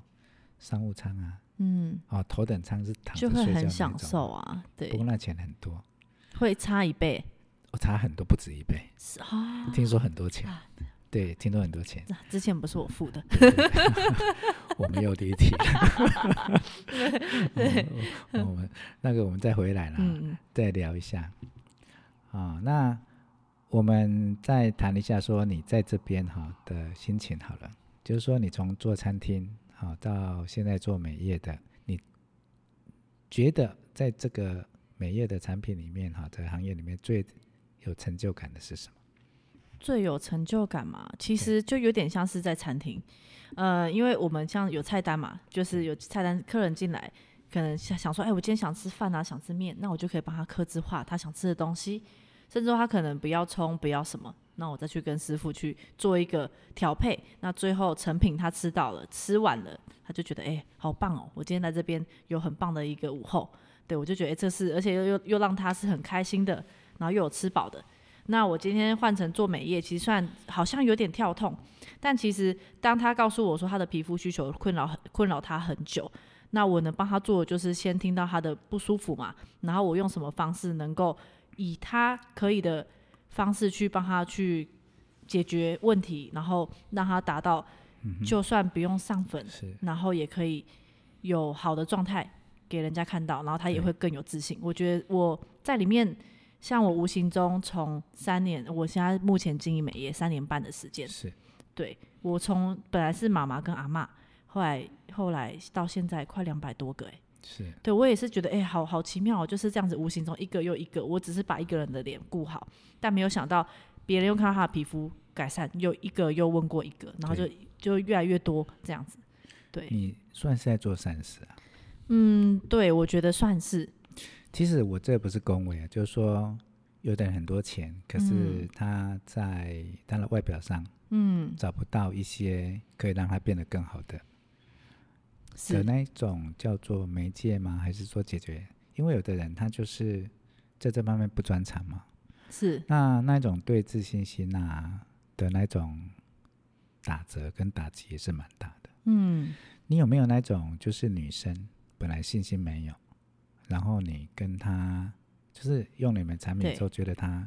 Speaker 1: 商务舱啊，
Speaker 2: 嗯，
Speaker 1: 哦，头等舱是躺
Speaker 2: 就
Speaker 1: 着
Speaker 2: 会
Speaker 1: 睡觉
Speaker 2: 很
Speaker 1: 那
Speaker 2: 享
Speaker 1: 种
Speaker 2: 受，啊，对
Speaker 1: 不，过那钱很多，
Speaker 2: 会差一倍
Speaker 1: 我差很多，不止一倍，哦
Speaker 2: 是啊，
Speaker 1: 听说很多钱
Speaker 2: 啊。，
Speaker 1: 对，听说很多钱
Speaker 2: 那之前不是我付的，
Speaker 1: 对对对我们有离
Speaker 2: (laughs)
Speaker 1: 题了。 (laughs) 我我们那个我们再回来啦。
Speaker 2: 嗯嗯，
Speaker 1: 再聊一下。啊、那我们再谈一下说你在这边哈的心情好了，就是说你从做餐厅好到现在做美业的，你觉得在这个美业的产品里面哈，这个行业里面最有成就感的是什么？
Speaker 2: 最有成就感嘛，其实就有点像是在餐厅，呃，因为我们像有菜单嘛，就是有菜单，客人进来可能想想说，哎，我今天想吃饭啊，想吃面，那我就可以帮他刻制化他想吃的东西，甚至说他可能不要葱，不要什么，那我再去跟师傅去做一个调配，那最后成品他吃到了，吃完了，他就觉得，哎，好棒哦，我今天来这边有很棒的一个午后，对我就觉得，哎，这是，而且又又又让他是很开心的，然后又有吃饱的。那我今天换成做美业，其实算好像有点跳痛，但其实当他告诉我说他的皮肤需求困扰困扰他很久，那我能帮他做的就是先听到他的不舒服嘛，然后我用什么方式能够以他可以的方式去帮他去解决问题，然后让他达到就算不用上粉，
Speaker 1: 是
Speaker 2: 然后也可以有好的状态给人家看到，然后他也会更有自信。我觉得我在里面，像我无形中从三年，我现在目前经营美业三年半的时间，
Speaker 1: 是
Speaker 2: 对我从本来是妈妈跟阿嬷，后来后来到现在快两百多个、欸，
Speaker 1: 是
Speaker 2: 对我也是觉得，哎、好好奇妙、哦，就是这样子无形中一个又一个，我只是把一个人的脸顾好，但没有想到别人又看到他的皮肤改善，又一个又问过一个，然后就就越来越多这样子，对。
Speaker 1: 你算是在做善事啊。
Speaker 2: 嗯，对，我觉得算是，
Speaker 1: 其实我这不是恭维啊，就是说有的人很多钱，可是
Speaker 2: 嗯
Speaker 1: 他在他的外表上
Speaker 2: 嗯，
Speaker 1: 找不到一些可以让他变得更好的的
Speaker 2: 是，
Speaker 1: 那一种叫做媒介吗？还是说解决？因为有的人他就是在这方面不专长嘛，
Speaker 2: 是，
Speaker 1: 那那一种对自信心啊的那种打折跟打击也是蛮大的。
Speaker 2: 嗯，
Speaker 1: 你有没有那种就是女生本来信心没有，然后你跟她就是用你们产品之后，觉得她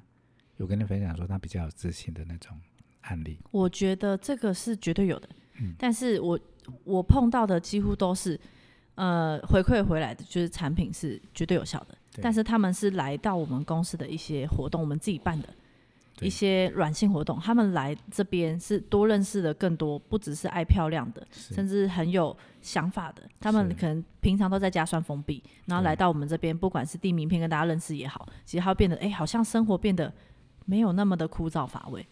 Speaker 1: 有跟你分享说她比较有自信的那种案例？
Speaker 2: 我觉得这个是绝对有的，
Speaker 1: 嗯
Speaker 2: 但是我我碰到的几乎都是，呃，回馈回来的，就是产品是绝对有效的，
Speaker 1: 对
Speaker 2: 但是他们是来到我们公司的一些活动，我们自己办的，
Speaker 1: 对
Speaker 2: 一些软性活动，他们来这边是多认识了更多，不只是爱漂亮的，
Speaker 1: 是
Speaker 2: 甚至很有想法的。他们
Speaker 1: 是
Speaker 2: 可能平常都在家算封闭，然后
Speaker 1: 对
Speaker 2: 来到我们这边，不管是递名片跟大家认识也好，其实他变得哎、好像生活变得没有那么的枯燥乏味。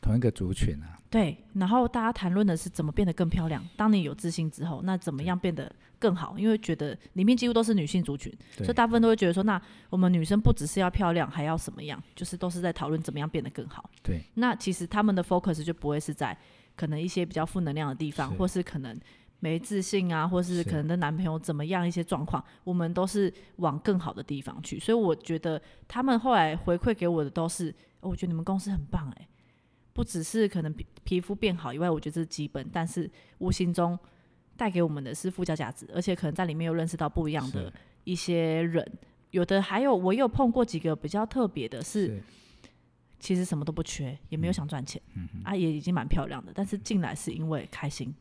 Speaker 1: 同一个族群啊，
Speaker 2: 对，然后大家谈论的是怎么变得更漂亮。当你有自信之后，那怎么样变得更好？因为觉得里面几乎都是女性族群，
Speaker 1: 对
Speaker 2: 所以大部分都会觉得说，那我们女生不只是要漂亮，还要什么样？就是都是在讨论怎么样变得更好。
Speaker 1: 对，
Speaker 2: 那其实他们的 focus 就不会是在可能一些比较负能量的地方，
Speaker 1: 是
Speaker 2: 或是可能没自信啊，或是
Speaker 1: 是
Speaker 2: 可能跟男朋友怎么样一些状况，我们都是往更好的地方去。所以我觉得他们后来回馈给我的都是，哦我觉得你们公司很棒哎、不只是可能皮皮肤变好以外，我觉得这是基本，但是无形中带给我们的是附加价值，而且可能在里面又认识到不一样的
Speaker 1: 是
Speaker 2: 一些人。有的还有，我有碰过几个比较特别的是，
Speaker 1: 是
Speaker 2: 其实什么都不缺，也没有想赚钱，啊，也已经蛮漂亮的，但是进来是因为开心，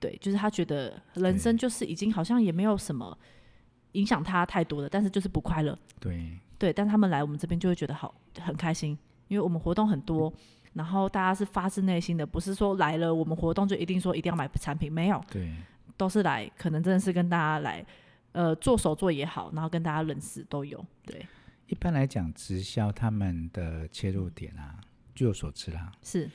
Speaker 2: 对，就是他觉得人生就是已经好像也没有什么影响他太多的，但是就是不快乐，
Speaker 1: 对，
Speaker 2: 对，但他们来我们这边就会觉得好很开心，因为我们活动很多，然后大家是发自内心的，不是说来了我们活动就一定说一定要买产品，没有，
Speaker 1: 对，
Speaker 2: 都是来可能真的是跟大家来，呃，做手作也好，然后跟大家认识都有，对，
Speaker 1: 一般来讲，直销他们的切入点啊，据我所知啦，
Speaker 2: 是，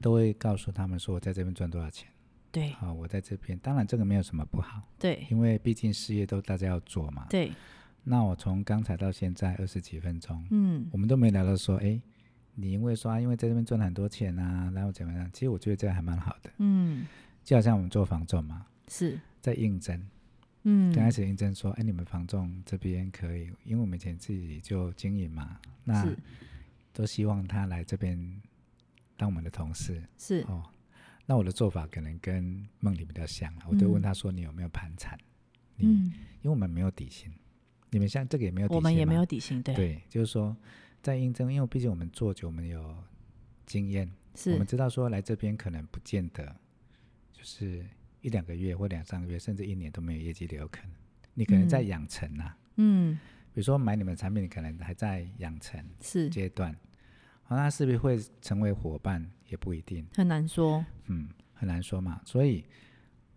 Speaker 1: 都会告诉他们说，我在这边赚多少钱
Speaker 2: 对，
Speaker 1: 啊、我在这边，当然这个没有什么不好，
Speaker 2: 对，
Speaker 1: 因为毕竟事业都大家要做嘛。
Speaker 2: 对，
Speaker 1: 那我从刚才到现在二十几分钟，
Speaker 2: 嗯，
Speaker 1: 我们都没聊到说，哎，你因为说啊，因为在这边赚了很多钱啊，然后怎么样？其实我觉得这样还蛮好的，
Speaker 2: 嗯，
Speaker 1: 就好像我们做房仲嘛，
Speaker 2: 是，
Speaker 1: 在应征，
Speaker 2: 嗯，
Speaker 1: 刚开始应征说，哎，你们房仲这边可以，因为我们以前自己就经营嘛，那
Speaker 2: 是
Speaker 1: 都希望他来这边当我们的同事
Speaker 2: 是
Speaker 1: 哦。那我的做法可能跟梦里比较像啊，我就问他说：“你有没有盘缠？”你、
Speaker 2: 嗯，
Speaker 1: 因为我们没有底薪，你们像这个也没有底薪
Speaker 2: 我
Speaker 1: 嘛，
Speaker 2: 们也没有底薪，对，
Speaker 1: 对，就是说在应征，因为毕竟我们做久，我们有经验，我
Speaker 2: 是
Speaker 1: 们知道说来这边可能不见得就是一两个月或两三个月，甚至一年都没有业绩流，有可能你可能在
Speaker 2: 嗯
Speaker 1: 养成啊，
Speaker 2: 嗯
Speaker 1: 比如说买你们的产品，你可能还在养成
Speaker 2: 是
Speaker 1: 阶段，好、那是不是会成为伙伴也不一定，
Speaker 2: 很难说，
Speaker 1: 嗯，很难说嘛，所以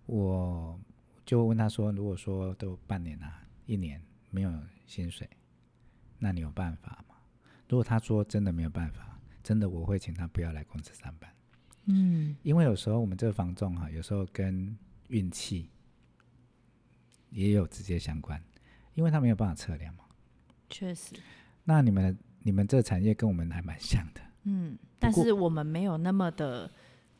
Speaker 1: 我就问他说，如果说都半年啊，一年没有薪水，那你有办法吗？如果他说真的没有办法，真的我会请他不要来公司上班，
Speaker 2: 嗯
Speaker 1: 因为有时候我们这个房仲哈、有时候跟运气也有直接相关，因为他没有办法测量嘛。
Speaker 2: 确实，
Speaker 1: 那你们你们这个产业跟我们还蛮像的，
Speaker 2: 嗯，但
Speaker 1: 过
Speaker 2: 是我们没有那么的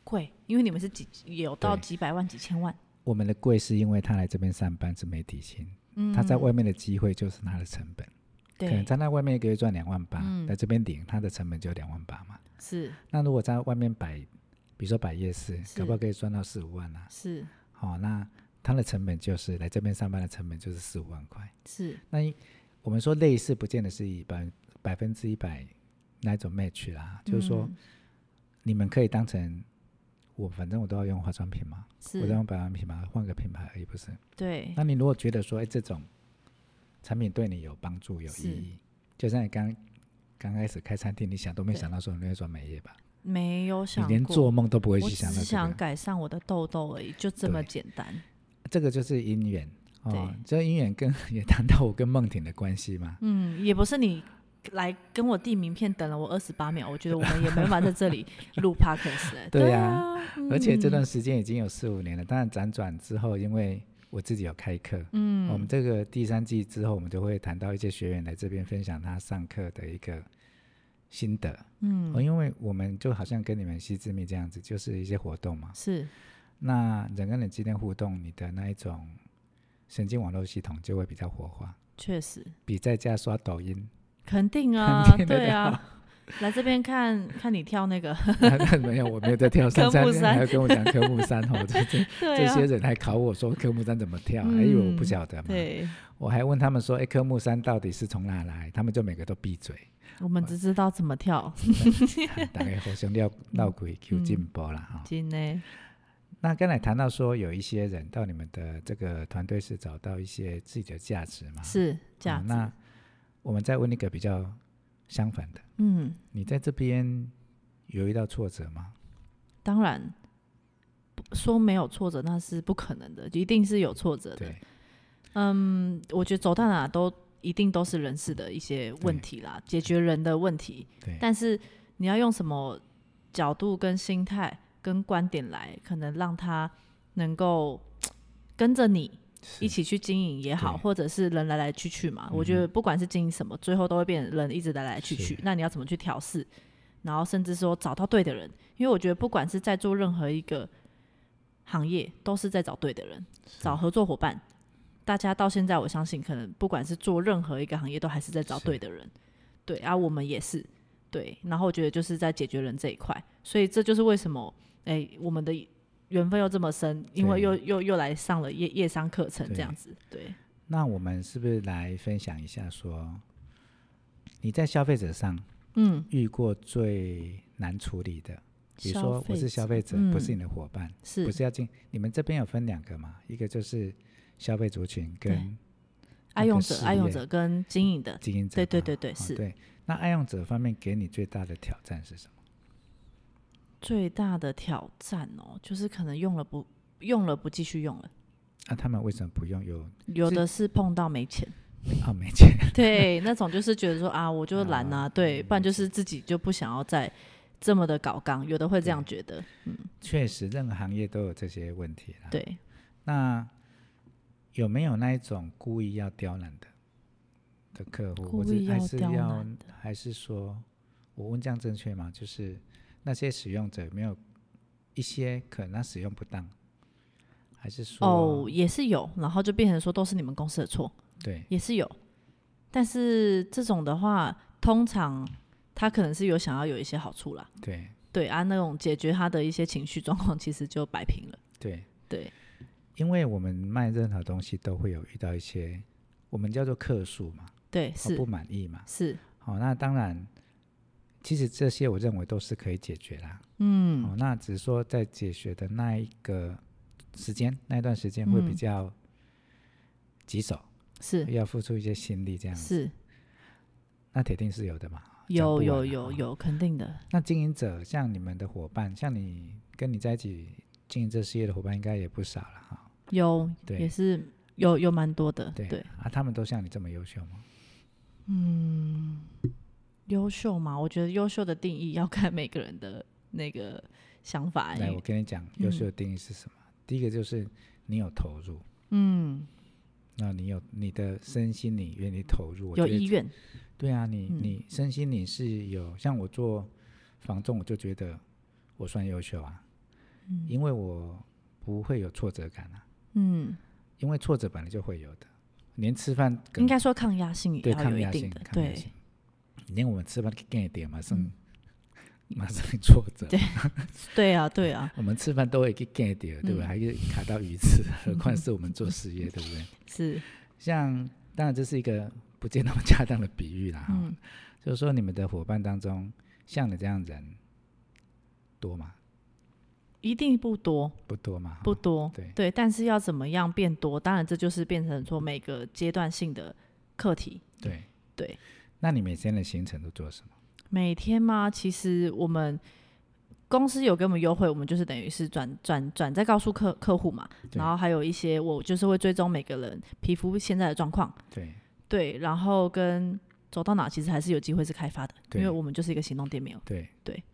Speaker 2: 贵，因为你们是几有到
Speaker 1: 对
Speaker 2: 几百万、几千万，
Speaker 1: 我们的贵是因为他来这边上班是没底薪，
Speaker 2: 嗯，
Speaker 1: 他在外面的机会就是他的成本。可能
Speaker 2: 对
Speaker 1: 在那外面一个月赚两万八、
Speaker 2: 嗯
Speaker 1: 在这边领它的成本就两万八嘛。
Speaker 2: 是
Speaker 1: 那如果在外面摆，比如说摆夜市，
Speaker 2: 是
Speaker 1: 搞不好可以赚到四五万啊。
Speaker 2: 是
Speaker 1: 好、哦，那它的成本就是来这边上班的成本就是四五万块。
Speaker 2: 是，
Speaker 1: 那一我们说类似，不见得是以百百分之一百那一种 match 啦，就是说
Speaker 2: 嗯
Speaker 1: 你们可以当成我，反正我都要用化妆品嘛，我都
Speaker 2: 是，
Speaker 1: 用保养品嘛，换个品牌而已，不是？
Speaker 2: 对
Speaker 1: 那你如果觉得说，哎，这种产品对你有帮助、有意
Speaker 2: 是
Speaker 1: 义，就像你刚刚开始开餐厅，你想都没
Speaker 2: 对
Speaker 1: 想到说你会做美业吧？
Speaker 2: 没有
Speaker 1: 你
Speaker 2: 想
Speaker 1: 连
Speaker 2: 过
Speaker 1: 做梦都不会
Speaker 2: 我
Speaker 1: 去
Speaker 2: 只
Speaker 1: 想到
Speaker 2: 是想
Speaker 1: 这个，
Speaker 2: 改善我的痘痘而已，就这么
Speaker 1: 对
Speaker 2: 简单。
Speaker 1: 这个就是姻缘哦
Speaker 2: 对。
Speaker 1: 这姻缘跟 (laughs) 也谈到我跟梦婷的关系嘛。
Speaker 2: 嗯，也不是你来跟我递名片，等了我二十八秒，我觉得我们也没办法在这里
Speaker 1: (laughs)
Speaker 2: 录 podcast 欸、
Speaker 1: 对呀
Speaker 2: 啊，
Speaker 1: 而且这
Speaker 2: 嗯
Speaker 1: 段时间已经有四五年了，当然辗转之后，因为我自己有开课，
Speaker 2: 嗯，
Speaker 1: 我们这个第三季之后，我们就会谈到一些学员来这边分享他上课的一个心得。
Speaker 2: 嗯
Speaker 1: 哦，因为我们就好像跟你们西之蜜这样子，就是一些活动嘛。
Speaker 2: 是
Speaker 1: 那人跟人之间互动，你的那一种神经网络系统就会比较活化，
Speaker 2: 确实
Speaker 1: 比在家刷抖
Speaker 2: (laughs)
Speaker 1: 音 (laughs)
Speaker 2: 肯定啊，
Speaker 1: 肯定的
Speaker 2: 对啊，来这边看看你
Speaker 1: (laughs)
Speaker 2: 跳那个，
Speaker 1: 没有，我没有在跳
Speaker 2: 科
Speaker 1: 三
Speaker 2: 目
Speaker 1: 三，
Speaker 2: 三
Speaker 1: 还要跟我讲科目三哦，
Speaker 2: (laughs)
Speaker 1: 这这、
Speaker 2: 对
Speaker 1: 这
Speaker 2: 啊
Speaker 1: 些，人还考我说科目三怎么跳，还以为我不
Speaker 2: 嗯
Speaker 1: 晓得嘛。
Speaker 2: 对，
Speaker 1: 我还问他们说，哎，科目三到底是从哪来？他们就每个都闭 (laughs) 嘴，啊
Speaker 2: 我们只知道怎么跳，
Speaker 1: 大概互相绕绕鬼 Q 进步啦哈。
Speaker 2: 今呢，
Speaker 1: 那刚才谈到说，有一些人到你们的这个团队是找到一些自己的价值嘛？啊
Speaker 2: 是这样
Speaker 1: 嗯
Speaker 2: 子，
Speaker 1: 那我们再问一个比较相反的，
Speaker 2: 嗯，
Speaker 1: 你在这边有遇到挫折吗？
Speaker 2: 当然不说没有挫折那是不可能的，一定是有挫折的
Speaker 1: 对。，
Speaker 2: 嗯，我觉得走到哪都一定都是人事的一些问题啦，解决人的问题。
Speaker 1: 对，
Speaker 2: 但是你要用什么角度、跟心态、跟观点来，可能让他能够跟着你
Speaker 1: 是
Speaker 2: 一起去经营也好，
Speaker 1: 对嗯
Speaker 2: 或者是人来来去去嘛。我觉得不管是经营什么，最后都会变成人一直来来去去
Speaker 1: 是。
Speaker 2: 那你要怎么去调试？然后甚至说找到对的人，因为我觉得不管是在做任何一个行业，都是在找对的人，找合作伙伴。大家到现在，我相信可能不管是做任何一个行业，都还是在找
Speaker 1: 是
Speaker 2: 对的人。对啊，我们也是对。然后我觉得就是在解决人这一块，所以这就是为什么哎、我们的缘分又这么深，因为
Speaker 1: 对
Speaker 2: 又又又来上了夜夜商课程这样子，对，
Speaker 1: 那我们是不是来分享一下说，你在消费者上
Speaker 2: 嗯，
Speaker 1: 遇过最难处理的？比如说我是消费者，
Speaker 2: 嗯
Speaker 1: 不是你的伙伴，
Speaker 2: 是
Speaker 1: 不是要进？你们这边有分两个嘛？一个就是消费族群跟
Speaker 2: 爱用
Speaker 1: 那
Speaker 2: 者
Speaker 1: 个事业
Speaker 2: 爱用者跟经营的，
Speaker 1: 经营者
Speaker 2: 对
Speaker 1: 嘛，
Speaker 2: 对对对
Speaker 1: 哦
Speaker 2: 是
Speaker 1: 对，那爱用者方面给你最大的挑战是什么？
Speaker 2: 最大的挑战哦，就是可能用了不用了不继续用了，
Speaker 1: 那、他们为什么不用有 (laughs)
Speaker 2: 有的是碰到没钱， (laughs)
Speaker 1: 啊没钱？ (laughs)
Speaker 2: 对，那种就是觉得说啊，我就懒啊，对，不然就是自己就不想要再这么的搞刚，有的会这样觉得，
Speaker 1: 确实，任何行业都有这些问题啦。
Speaker 2: 对，
Speaker 1: 那有没有那一种故意要刁难的的客户，
Speaker 2: 故
Speaker 1: 或者
Speaker 2: 意
Speaker 1: 还
Speaker 2: 要
Speaker 1: 是
Speaker 2: 刁
Speaker 1: 要
Speaker 2: 难的
Speaker 1: 还是说，我问这样正确吗？就是那些使用者有没有一些可能他使用不当，还是说
Speaker 2: 哦，也是有，然后就变成说都是你们公司的错，
Speaker 1: 对
Speaker 2: 也是有，但是这种的话，通常他可能是有想要有一些好处啦，
Speaker 1: 对
Speaker 2: 对啊，那种解决他的一些情绪状况，其实就摆平了。
Speaker 1: 对，
Speaker 2: 对，
Speaker 1: 因为我们卖任何东西都会有遇到一些我们叫做客诉嘛，
Speaker 2: 对，
Speaker 1: 哦、
Speaker 2: 是
Speaker 1: 不满意嘛，
Speaker 2: 是，
Speaker 1: 好、那当然，其实这些我认为都是可以解决啦。
Speaker 2: 嗯，
Speaker 1: 哦，那只是说在解决的那一个时间那一段时间会比
Speaker 2: 嗯
Speaker 1: 较棘手，
Speaker 2: 是
Speaker 1: 要付出一些心力这样子。
Speaker 2: 是，
Speaker 1: 那铁定是有的嘛，讲
Speaker 2: 有
Speaker 1: 不
Speaker 2: 有
Speaker 1: 完啊
Speaker 2: 有
Speaker 1: 哦
Speaker 2: 有，肯定的。
Speaker 1: 那经营者像你们的伙伴，像你跟你在一起经营这事业的伙伴，应该也不少了哈、
Speaker 2: 有
Speaker 1: 对
Speaker 2: 也是有有蛮多的，
Speaker 1: 对
Speaker 2: 嗯对，
Speaker 1: 啊，他们都像你这么优秀吗？
Speaker 2: 优秀嘛，我觉得优秀的定义要看每个人的那个想法、
Speaker 1: 来，我
Speaker 2: 欸，
Speaker 1: 跟你讲，优秀的定义是什么？第一个就是你有投入，
Speaker 2: 嗯，
Speaker 1: 那你有你的身心你愿意投入，我
Speaker 2: 有
Speaker 1: 觉得
Speaker 2: 意愿，
Speaker 1: 对啊，你
Speaker 2: 嗯
Speaker 1: 你身心你是有，像我做房仲，我就觉得我算优秀啊，
Speaker 2: 嗯
Speaker 1: 因为我不会有挫折感啊，
Speaker 2: 嗯，
Speaker 1: 因为挫折本来就会有的，连吃饭
Speaker 2: 应
Speaker 1: 更
Speaker 2: 该说抗压性也
Speaker 1: 对
Speaker 2: 要有
Speaker 1: 抗
Speaker 2: 一
Speaker 1: 压
Speaker 2: 定
Speaker 1: 性
Speaker 2: 的，，
Speaker 1: 抗压
Speaker 2: 对
Speaker 1: 性，连我们吃饭更一点，马上、
Speaker 2: 嗯
Speaker 1: 马上挫折，
Speaker 2: 对对啊，对啊，
Speaker 1: 我们吃饭都会去 get 点，对不对？
Speaker 2: 嗯
Speaker 1: 还是卡到鱼
Speaker 2: (laughs)
Speaker 1: 刺，何况是我们做事业，对不对？
Speaker 2: 是，
Speaker 1: 像当然这是一个不见那么恰当的比喻啦，哈、
Speaker 2: 嗯，
Speaker 1: 就是说你们的伙伴当中，像你这样人多吗？
Speaker 2: 一定不多，
Speaker 1: 不多嘛，哈
Speaker 2: 不多，
Speaker 1: 对
Speaker 2: 对，但是要怎么样变多？当然，这就是变成说每个阶段性的课题。
Speaker 1: 对
Speaker 2: 对。
Speaker 1: 那你每天的行程都做什么？
Speaker 2: 每天嘛，其实我们公司有给我们优惠，我们就是等于是转转转再告诉客客户嘛，
Speaker 1: 对
Speaker 2: 然后还有一些我就是会追踪每个人皮肤现在的状况，
Speaker 1: 对
Speaker 2: 对，然后跟走到哪其实还是有机会是开发的，因
Speaker 1: 对
Speaker 2: 为我们就是一个行动店面，
Speaker 1: 对
Speaker 2: 对。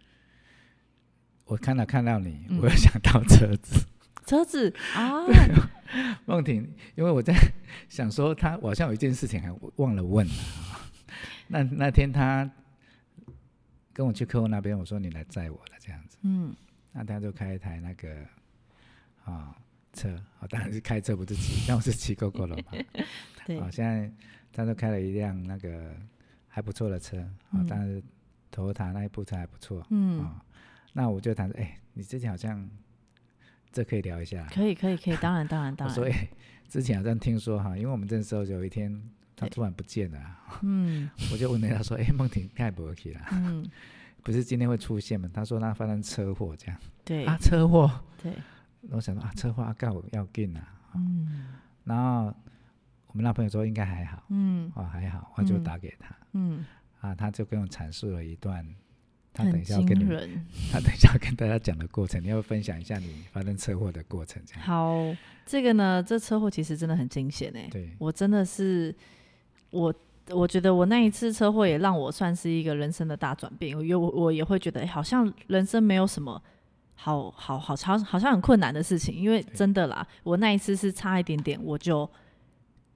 Speaker 1: 我看到看到你，
Speaker 2: 嗯
Speaker 1: 我又想到车子。
Speaker 2: 车子啊，
Speaker 1: 梦婷，因为我在 (laughs) 想说他，我好像有一件事情还忘了问了啊。 (laughs) 那那天他跟我去客户那边，我说你来载我了这样子，
Speaker 2: 嗯，
Speaker 1: 那他就开一台那个啊、车，我、当然是开车不是骑，但我是骑 GoGo 了嘛。
Speaker 2: (laughs)
Speaker 1: (laughs)
Speaker 2: 对
Speaker 1: 好、，现在他就开了一辆那个还不错的车，啊、
Speaker 2: 嗯
Speaker 1: 当然头塔那一部车还不错，啊、
Speaker 2: 嗯，
Speaker 1: 那我就谈说，哎、你之前好像这可以聊一下，
Speaker 2: 可以可以可以，当然当然当
Speaker 1: 我说，
Speaker 2: 然，
Speaker 1: 哎、之前好像听说哈，因为我们这时候有一天他
Speaker 2: 对
Speaker 1: 突然不见了啊，
Speaker 2: 嗯
Speaker 1: 我就问了他说，哎、梦婷太不去了，
Speaker 2: 嗯，
Speaker 1: 不是今天会出现吗？他说他发生车祸这样，
Speaker 2: 对
Speaker 1: 啊，车祸，
Speaker 2: 对，
Speaker 1: 我想说啊，车祸啊，干我要进啊，
Speaker 2: 嗯
Speaker 1: 然后我们那朋友说应该还好，
Speaker 2: 嗯
Speaker 1: 哦还好，我就
Speaker 2: 嗯
Speaker 1: 打给他。
Speaker 2: 嗯，
Speaker 1: 啊，他就跟我阐述了一段，他等
Speaker 2: 很
Speaker 1: 一下要
Speaker 2: 惊
Speaker 1: 跟你们，
Speaker 2: 人。
Speaker 1: 他等一下要跟大家讲的过程，你要不要分享一下你发生车祸的过程，这样
Speaker 2: 好，这个呢，这车祸其实真的很惊险哎。
Speaker 1: 对，
Speaker 2: 我真的是，我我觉得我那一次车祸也让我算是一个人生的大转变，因为我我也会觉得、哎诶好像人生没有什么好好好好好像很困难的事情，因为真的啦，我那一次是差一点点我就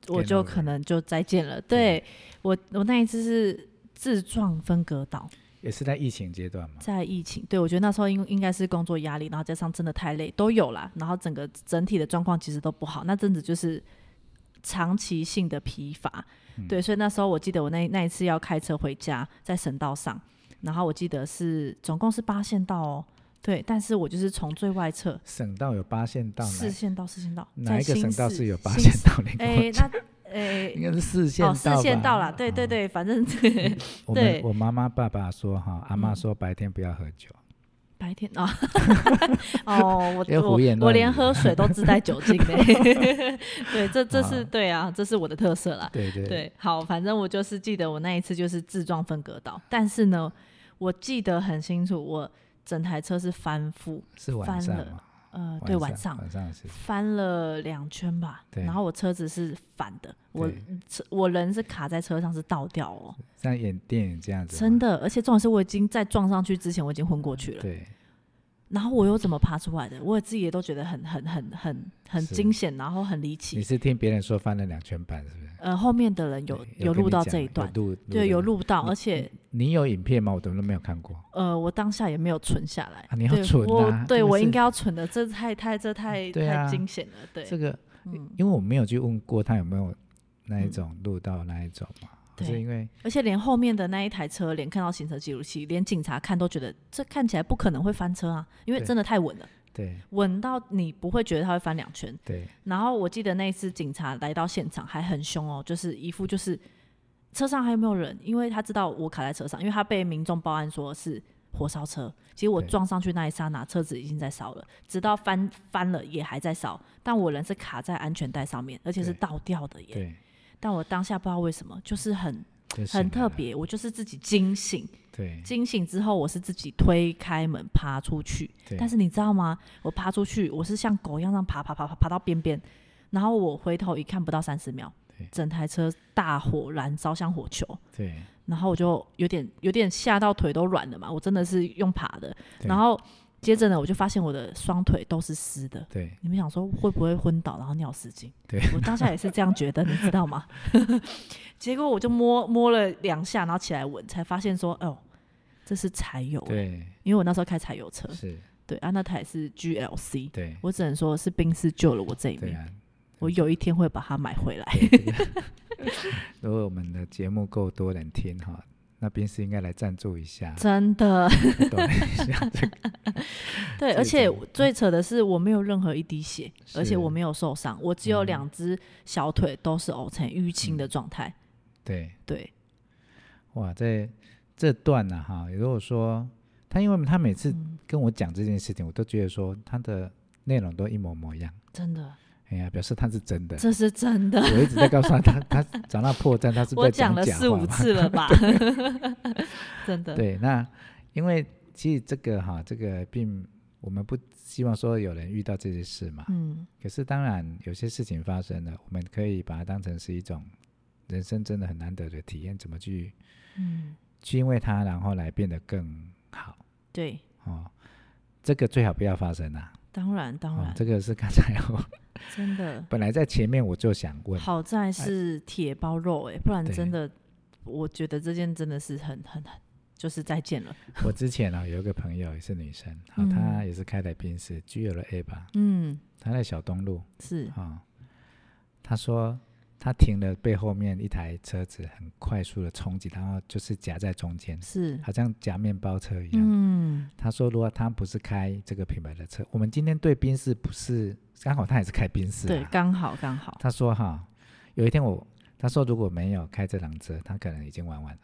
Speaker 2: 我
Speaker 1: Game
Speaker 2: 就
Speaker 1: over
Speaker 2: 可能就再见了。对我我那一次是自撞分隔岛，
Speaker 1: 也是在疫情阶段嘛，
Speaker 2: 在疫情，对我觉得那时候应应该是工作压力，然后加上真的太累，都有啦。然后整个整体的状况其实都不好，那阵子就是长期性的疲乏。
Speaker 1: 嗯
Speaker 2: 对，所以那时候我记得我那那一次要开车回家，在省道上，然后我记得是总共是八线道哦，对，但是我就是从最外侧
Speaker 1: 省道有八线道
Speaker 2: 四线道四线道，
Speaker 1: 哪哪
Speaker 2: 在
Speaker 1: 一个
Speaker 2: 新
Speaker 1: 省道
Speaker 2: 市
Speaker 1: 是有八
Speaker 2: 新
Speaker 1: 线
Speaker 2: 市
Speaker 1: 道？你跟
Speaker 2: 哎
Speaker 1: 我，讲，
Speaker 2: 那哎
Speaker 1: (laughs) 应该是四线道
Speaker 2: 哦，
Speaker 1: 吧？哦
Speaker 2: 四线道啦，对对对，反正 (laughs)
Speaker 1: 我
Speaker 2: 对
Speaker 1: 们我妈妈爸爸说哈，阿妈
Speaker 2: 嗯
Speaker 1: 说白天不要喝酒，
Speaker 2: 白天 (laughs)
Speaker 1: (laughs)
Speaker 2: 啊，哦，我
Speaker 1: 要胡
Speaker 2: 我
Speaker 1: 言
Speaker 2: 我
Speaker 1: 乱
Speaker 2: 连
Speaker 1: 语
Speaker 2: 喝水都自带酒精的， (laughs) 对，这这是
Speaker 1: 啊
Speaker 2: 对啊，这是我的特色啦。
Speaker 1: 对对
Speaker 2: 对，好，反正我就是记得我那一次就是自撞分隔岛，但是呢，我记得很清楚，我整台车是翻覆，
Speaker 1: 是晚
Speaker 2: 翻
Speaker 1: 上
Speaker 2: 了
Speaker 1: 嘛？
Speaker 2: 呃，对，晚上
Speaker 1: 晚上的事情，
Speaker 2: 翻了两圈吧，
Speaker 1: 对
Speaker 2: 然后我车子是反的，我
Speaker 1: 对
Speaker 2: 车我人是卡在车上是倒掉哦，
Speaker 1: 像演电影这样子嘛，
Speaker 2: 真的，而且重点是我已经在撞上去之前我已经昏过去了。
Speaker 1: 对
Speaker 2: 然后我又怎么爬出来的？我自己也都觉得很很很很很
Speaker 1: 是
Speaker 2: 惊险，然后很离
Speaker 1: 你
Speaker 2: 奇。
Speaker 1: 是听别人说翻了两圈半，是不是？
Speaker 2: 呃，后面的人有
Speaker 1: 对
Speaker 2: 有
Speaker 1: 跟
Speaker 2: 录
Speaker 1: 你
Speaker 2: 到
Speaker 1: 讲
Speaker 2: 这一
Speaker 1: 有
Speaker 2: 段，
Speaker 1: 录
Speaker 2: 对，
Speaker 1: 的
Speaker 2: 有
Speaker 1: 吗。
Speaker 2: 录到，而且
Speaker 1: 你有影片吗？我怎么都没有看过。
Speaker 2: 呃，我当下也没有存下来。
Speaker 1: 啊你要
Speaker 2: 对
Speaker 1: 存啊
Speaker 2: 我
Speaker 1: 这
Speaker 2: 对
Speaker 1: 个
Speaker 2: 我
Speaker 1: 是
Speaker 2: 应该要存的，这太太这太
Speaker 1: 对
Speaker 2: 太
Speaker 1: 啊
Speaker 2: 惊险了，对，
Speaker 1: 这个，
Speaker 2: 嗯，
Speaker 1: 因为我没有去问过他有没有那一种录到那一种嘛，
Speaker 2: 对
Speaker 1: 是因为
Speaker 2: 而且连后面的那一台车，连看到行车记录器，连警察看都觉得这看起来不可能会翻车啊，因为
Speaker 1: 对
Speaker 2: 真的太稳了，
Speaker 1: 对
Speaker 2: 稳到你不会觉得它会翻两圈。
Speaker 1: 对
Speaker 2: 然后我记得那一次警察来到现场还很凶哦，就是一副就是车上还有没有人，因为他知道我卡在车上，因为他被民众报案说是火烧车，其实我
Speaker 1: 对
Speaker 2: 撞上去那一刹那，车子已经在烧了，直到翻翻了也还在烧，但我人是卡在安全带上面，而且是
Speaker 1: 对
Speaker 2: 倒吊的耶。
Speaker 1: 对，
Speaker 2: 但我当下不知道为什么，就是很
Speaker 1: 就醒
Speaker 2: 很
Speaker 1: 了
Speaker 2: 特
Speaker 1: 啦，
Speaker 2: 别，我就是自己惊醒，
Speaker 1: 对
Speaker 2: 惊醒之后我是自己推开门爬出去，
Speaker 1: 对，
Speaker 2: 但是你知道吗？我爬出去，我是像狗一样这样爬爬爬爬爬到边边，然后我回头一看，不到三十秒
Speaker 1: 对，
Speaker 2: 整台车大火燃烧，像火球。
Speaker 1: 对
Speaker 2: 然后我就有点有点吓到腿都软了嘛，我真的是用爬的。
Speaker 1: 对
Speaker 2: 然后接着呢，我就发现我的双腿都是湿的。
Speaker 1: 对
Speaker 2: 你们想说会不会昏倒，然后尿失禁？
Speaker 1: 对
Speaker 2: 我当下也是这样觉得，你知道吗？ (laughs) 结果我就摸摸了两下，然后起来闻，才发现说，哦，这是柴油、欸。
Speaker 1: 对
Speaker 2: 因为我那时候开柴油车，
Speaker 1: 是，
Speaker 2: 对啊，那台是 GLC，
Speaker 1: 对
Speaker 2: 我只能说是冰室救了我这一
Speaker 1: 对
Speaker 2: 命，
Speaker 1: 啊。
Speaker 2: 我有一天会把它买回来。
Speaker 1: 如果我们的节目够多人听哈，那边是应该来赞助一下，
Speaker 2: 真的，
Speaker 1: 啊懂一下这个
Speaker 2: 对，
Speaker 1: 这个
Speaker 2: 而且
Speaker 1: 真的
Speaker 2: 最扯的是我没有任何一滴血，
Speaker 1: 是嗯
Speaker 2: 而且我没有受伤，我只有两只小腿都是凹成淤青的状态。
Speaker 1: 对。
Speaker 2: 对，
Speaker 1: 哇，这这段呢、哈，如果说他，因为他每次
Speaker 2: 嗯，
Speaker 1: 跟我讲这件事情，我都觉得说他的内容都一模模一样，
Speaker 2: 真的，
Speaker 1: 哎呀，表示他是真的。
Speaker 2: 这是真的，
Speaker 1: 我一直在告诉他，他他找到破绽，他 (laughs) 是不
Speaker 2: 我
Speaker 1: 是在
Speaker 2: 讲了
Speaker 1: 假
Speaker 2: 四
Speaker 1: 话
Speaker 2: 五
Speaker 1: 嘛？
Speaker 2: 次
Speaker 1: (laughs)
Speaker 2: 了吧？真的，
Speaker 1: 对，那因为其实这个哈，这个并我们不希望说有人遇到这些事嘛。
Speaker 2: 嗯，
Speaker 1: 可是当然有些事情发生了，我们可以把它当成是一种人生真的很难得的体验，怎么去
Speaker 2: 嗯，
Speaker 1: 去因为它，然后来变得更好。
Speaker 2: 对，
Speaker 1: 哦，这个最好不要发生啊！
Speaker 2: 当然，当
Speaker 1: 哦
Speaker 2: 然，，
Speaker 1: 这个是刚才我 (laughs)
Speaker 2: 真的。
Speaker 1: 本来在前面我就想问，
Speaker 2: 好在是铁包肉、欸，哎，不然
Speaker 1: 对
Speaker 2: 真的，我觉得这件真的是很很很，就是再见了。
Speaker 1: 我之前啊有一个朋友也是女生，好、
Speaker 2: 嗯
Speaker 1: 她也是开的宾士 G L A 吧，
Speaker 2: 嗯，
Speaker 1: 她在小东路
Speaker 2: 是
Speaker 1: 啊、哦她说她停了，被后面一台车子很快速的冲击，然后就是夹在中间，
Speaker 2: 是，
Speaker 1: 好像夹面包车一样。
Speaker 2: 嗯，
Speaker 1: 她说：“如果她不是开这个品牌的车，我们今天对宾士不是刚好，她也是开宾士、啊，
Speaker 2: 对，刚好刚好，
Speaker 1: 他说哈，有一天我他说如果没有开这辆车，他可能已经玩完了。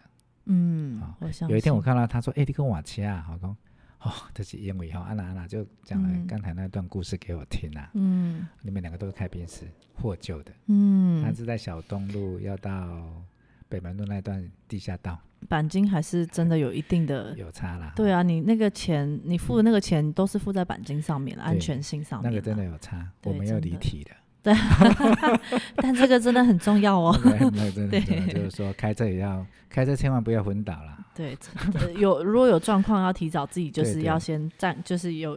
Speaker 2: 嗯
Speaker 1: 好，
Speaker 2: 我相信
Speaker 1: 啊有一天我看到他说，哎、你跟我骑啊，我讲哦，这是因为哈，安娜安娜就讲
Speaker 2: 嗯
Speaker 1: 了刚才那段故事给我听啊。
Speaker 2: 嗯
Speaker 1: 你们两个都是开宾士获救的，他
Speaker 2: 嗯
Speaker 1: 是在小东路要到北门路那段地下道，
Speaker 2: 钣金还是真的有一定的。
Speaker 1: 哎有差啦。
Speaker 2: 对啊，你那个钱，你付的那个钱都是付在钣金上面了，安
Speaker 1: 对
Speaker 2: 全性上面
Speaker 1: 那
Speaker 2: 啦。
Speaker 1: 个真的有差，
Speaker 2: 对
Speaker 1: 我们又
Speaker 2: 真
Speaker 1: 离
Speaker 2: 的
Speaker 1: 题了。
Speaker 2: (laughs) 但这个真的很重要哦。
Speaker 1: 那个那个真的
Speaker 2: 对
Speaker 1: 很重要，就是说开车也要开车千万不要昏倒啦。
Speaker 2: 对，真 (laughs) 的有如果有状况要提早自己就
Speaker 1: 对
Speaker 2: 是
Speaker 1: 对
Speaker 2: 要先站，就是有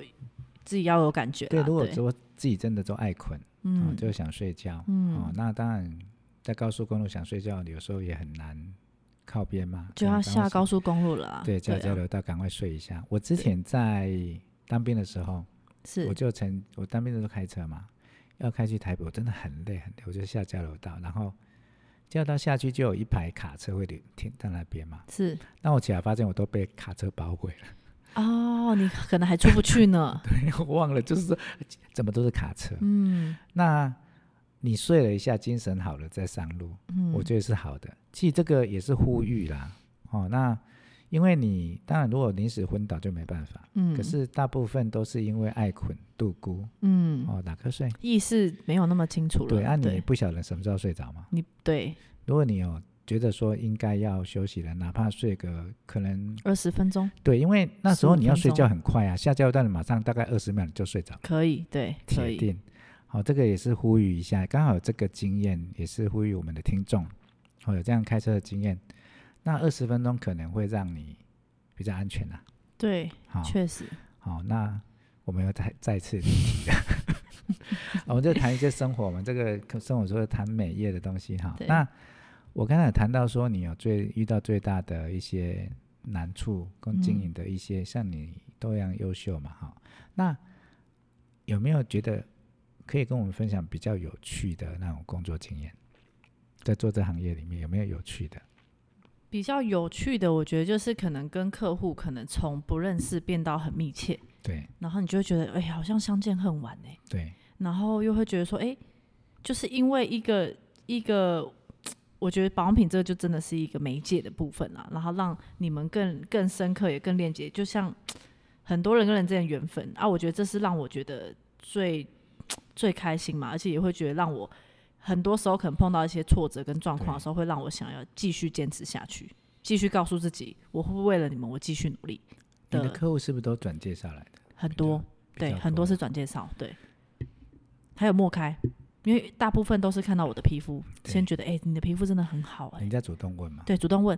Speaker 2: 自己要有感觉啦。
Speaker 1: 对，如果
Speaker 2: 对
Speaker 1: 说自己真的都爱困，哦
Speaker 2: 嗯，
Speaker 1: 就想睡觉，哦
Speaker 2: 嗯，，
Speaker 1: 那当然在高速公路想睡觉，有时候也很难靠边嘛，
Speaker 2: 就
Speaker 1: 可能
Speaker 2: 要
Speaker 1: 赶
Speaker 2: 下
Speaker 1: 快
Speaker 2: 高速公路了啊。
Speaker 1: 对，叫
Speaker 2: 啊
Speaker 1: 交流道赶快睡一下。我之前在当兵的时候，我
Speaker 2: 是
Speaker 1: 就曾我当兵的时候开车嘛，要开去台北，我真的很累很累，我就下交流道，然后交流道下去就有一排卡车会停停在那边嘛。
Speaker 2: 是
Speaker 1: 那我起来发现我都被卡车包围了，
Speaker 2: 哦，你可能还出不
Speaker 1: (laughs)
Speaker 2: 去呢。
Speaker 1: 我忘了，就是说哎怎么都是卡车。
Speaker 2: 嗯
Speaker 1: 那你睡了一下，精神好了再上路，
Speaker 2: 嗯，
Speaker 1: 我觉得是好的。其实这个也是呼吁啦，
Speaker 2: 嗯
Speaker 1: 哦，那因为你当然如果临时昏倒就没办法，
Speaker 2: 嗯，
Speaker 1: 可是大部分都是因为爱困度孤
Speaker 2: 嗯，
Speaker 1: 哦打瞌睡。
Speaker 2: 意识没有那么清楚了。
Speaker 1: 对，啊，你也
Speaker 2: 对
Speaker 1: 不晓得什么时候睡着嘛。
Speaker 2: 你对
Speaker 1: 如果你有觉得说应该要休息了，哪怕睡个可能
Speaker 2: 二十分钟
Speaker 1: 对，因为那时候
Speaker 2: 15
Speaker 1: 你要
Speaker 2: 分
Speaker 1: 睡觉
Speaker 2: 钟
Speaker 1: 很快啊，下交流道马上大概二十秒你就睡着了，
Speaker 2: 可以，对可
Speaker 1: 铁
Speaker 2: 以，
Speaker 1: 定。好、这个也是呼吁一下，刚好有这个经验也是呼吁我们的听众，哦，有这样开车的经验，那二十分钟可能会让你比较安全啦、啊
Speaker 2: 对，
Speaker 1: 好、
Speaker 2: 确实
Speaker 1: 好，那我们又再再次离题了。 (laughs) 我们就谈一些生活嘛，我们这个生活说谈美业的东西哈。
Speaker 2: 对
Speaker 1: 那我刚才有谈到说，你有最遇到最大的一些难处跟
Speaker 2: 嗯
Speaker 1: 经营的一些，像你都一样优秀嘛哈。那有没有觉得可以跟我们分享比较有趣的那种工作经验？在做这行业里面有没有有趣的？
Speaker 2: 比较有趣的，我觉得就是可能跟客户可能从不认识变到很密切，
Speaker 1: 对
Speaker 2: 然后你就会觉得哎、好像相见恨晚哎、
Speaker 1: 对，
Speaker 2: 然后又会觉得说哎、就是因为一个一个。我觉得保养品这个就真的是一个媒介的部分啦，然后让你们更更深刻，也更链接，就像很多人跟人之间的缘分啊，我觉得这是让我觉得最最开心嘛，而且也会觉得让我很多时候可能碰到一些挫折跟状况的时候，会让我想要继续坚持下去，继续告诉自己，我会为了你们，我继续努力
Speaker 1: 你的
Speaker 2: 的
Speaker 1: 客户是不是都转介绍来的？
Speaker 2: 很多，
Speaker 1: 比
Speaker 2: 对，
Speaker 1: 较
Speaker 2: 很多是转介绍，对，还有莫开。因为大部分都是看到我的皮肤，
Speaker 1: 对
Speaker 2: 先觉得哎、你的皮肤真的很好哎、
Speaker 1: 人家主动问嘛。
Speaker 2: 对，主动问，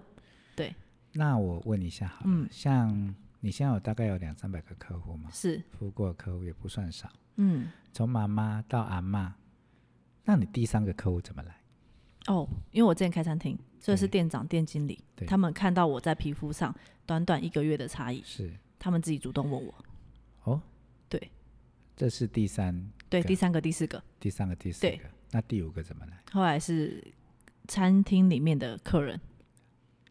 Speaker 1: 那我问一下好了，
Speaker 2: 嗯
Speaker 1: 像你现在有大概有两三百个客户嘛，
Speaker 2: 是，
Speaker 1: 服务过的客户也不算少，
Speaker 2: 嗯，
Speaker 1: 从妈妈到阿嬷，那你第三个客户怎么来？
Speaker 2: 哦，因为我之前开餐厅，所以是
Speaker 1: 对
Speaker 2: 店长、店经理
Speaker 1: 对，
Speaker 2: 他们看到我在皮肤上短短一个月的差异，
Speaker 1: 是
Speaker 2: 他们自己主动问我，
Speaker 1: 哦，
Speaker 2: 对，
Speaker 1: 这是第三
Speaker 2: 对，
Speaker 1: 对
Speaker 2: 第三个、第四个，
Speaker 1: 第三个第四个，那第五个怎么来？
Speaker 2: 后来是餐厅里面的客人，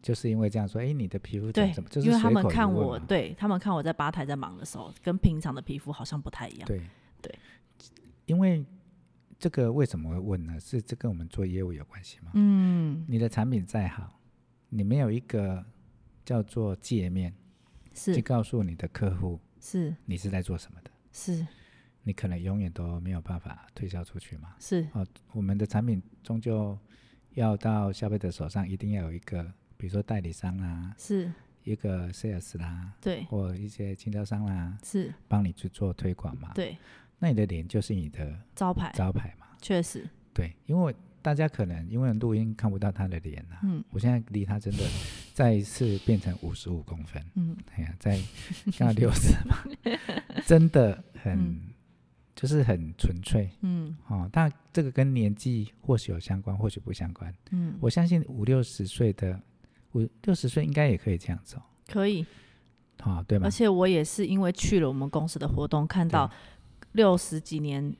Speaker 1: 就是因为这样说，哎，你的皮肤怎
Speaker 2: 对
Speaker 1: 么怎么，，就是
Speaker 2: 因为他
Speaker 1: 随
Speaker 2: 们
Speaker 1: 口一
Speaker 2: 看
Speaker 1: 问
Speaker 2: 我，
Speaker 1: 嘛
Speaker 2: 对他们看我在吧台在忙的时候，跟平常的皮肤好像不太一样，
Speaker 1: 对
Speaker 2: 对，
Speaker 1: 因为这个为什么会问呢？是这跟我们做业务有关系吗？
Speaker 2: 嗯，
Speaker 1: 你的产品再好，你没有一个叫做界面去
Speaker 2: 是
Speaker 1: 告诉你的客户
Speaker 2: 是
Speaker 1: 你是在做什么的。
Speaker 2: 是
Speaker 1: 你可能永远都没有办法推销出去嘛。
Speaker 2: 是，
Speaker 1: 我们的产品终究要到消费者手上，一定要有一个，比如说代理商啊，
Speaker 2: 是，
Speaker 1: 一个 sales 啦，
Speaker 2: 对
Speaker 1: 或一些经销商啦，
Speaker 2: 是，
Speaker 1: 帮你去做推广嘛。，
Speaker 2: 对，
Speaker 1: 那你的脸就是你的
Speaker 2: 招牌
Speaker 1: 招牌嘛。
Speaker 2: 确实，
Speaker 1: 对，因为大家可能因为录音看不到他的脸啊。
Speaker 2: 嗯
Speaker 1: 我现在离他真的再一次变成五十五公分，
Speaker 2: 嗯，
Speaker 1: 哎呀，在刚好六十
Speaker 2: (laughs)
Speaker 1: 嘛，真的很、
Speaker 2: 嗯
Speaker 1: 就是很纯粹。
Speaker 2: 嗯
Speaker 1: 哦，但这个跟年纪或许有相关，或许不相关。
Speaker 2: 嗯，
Speaker 1: 我相信五六十岁的五六十岁应该也可以这样走，
Speaker 2: 可以。
Speaker 1: 哦，对吗
Speaker 2: 而？且我也是因为去了我们公司的活动，看到六十几年、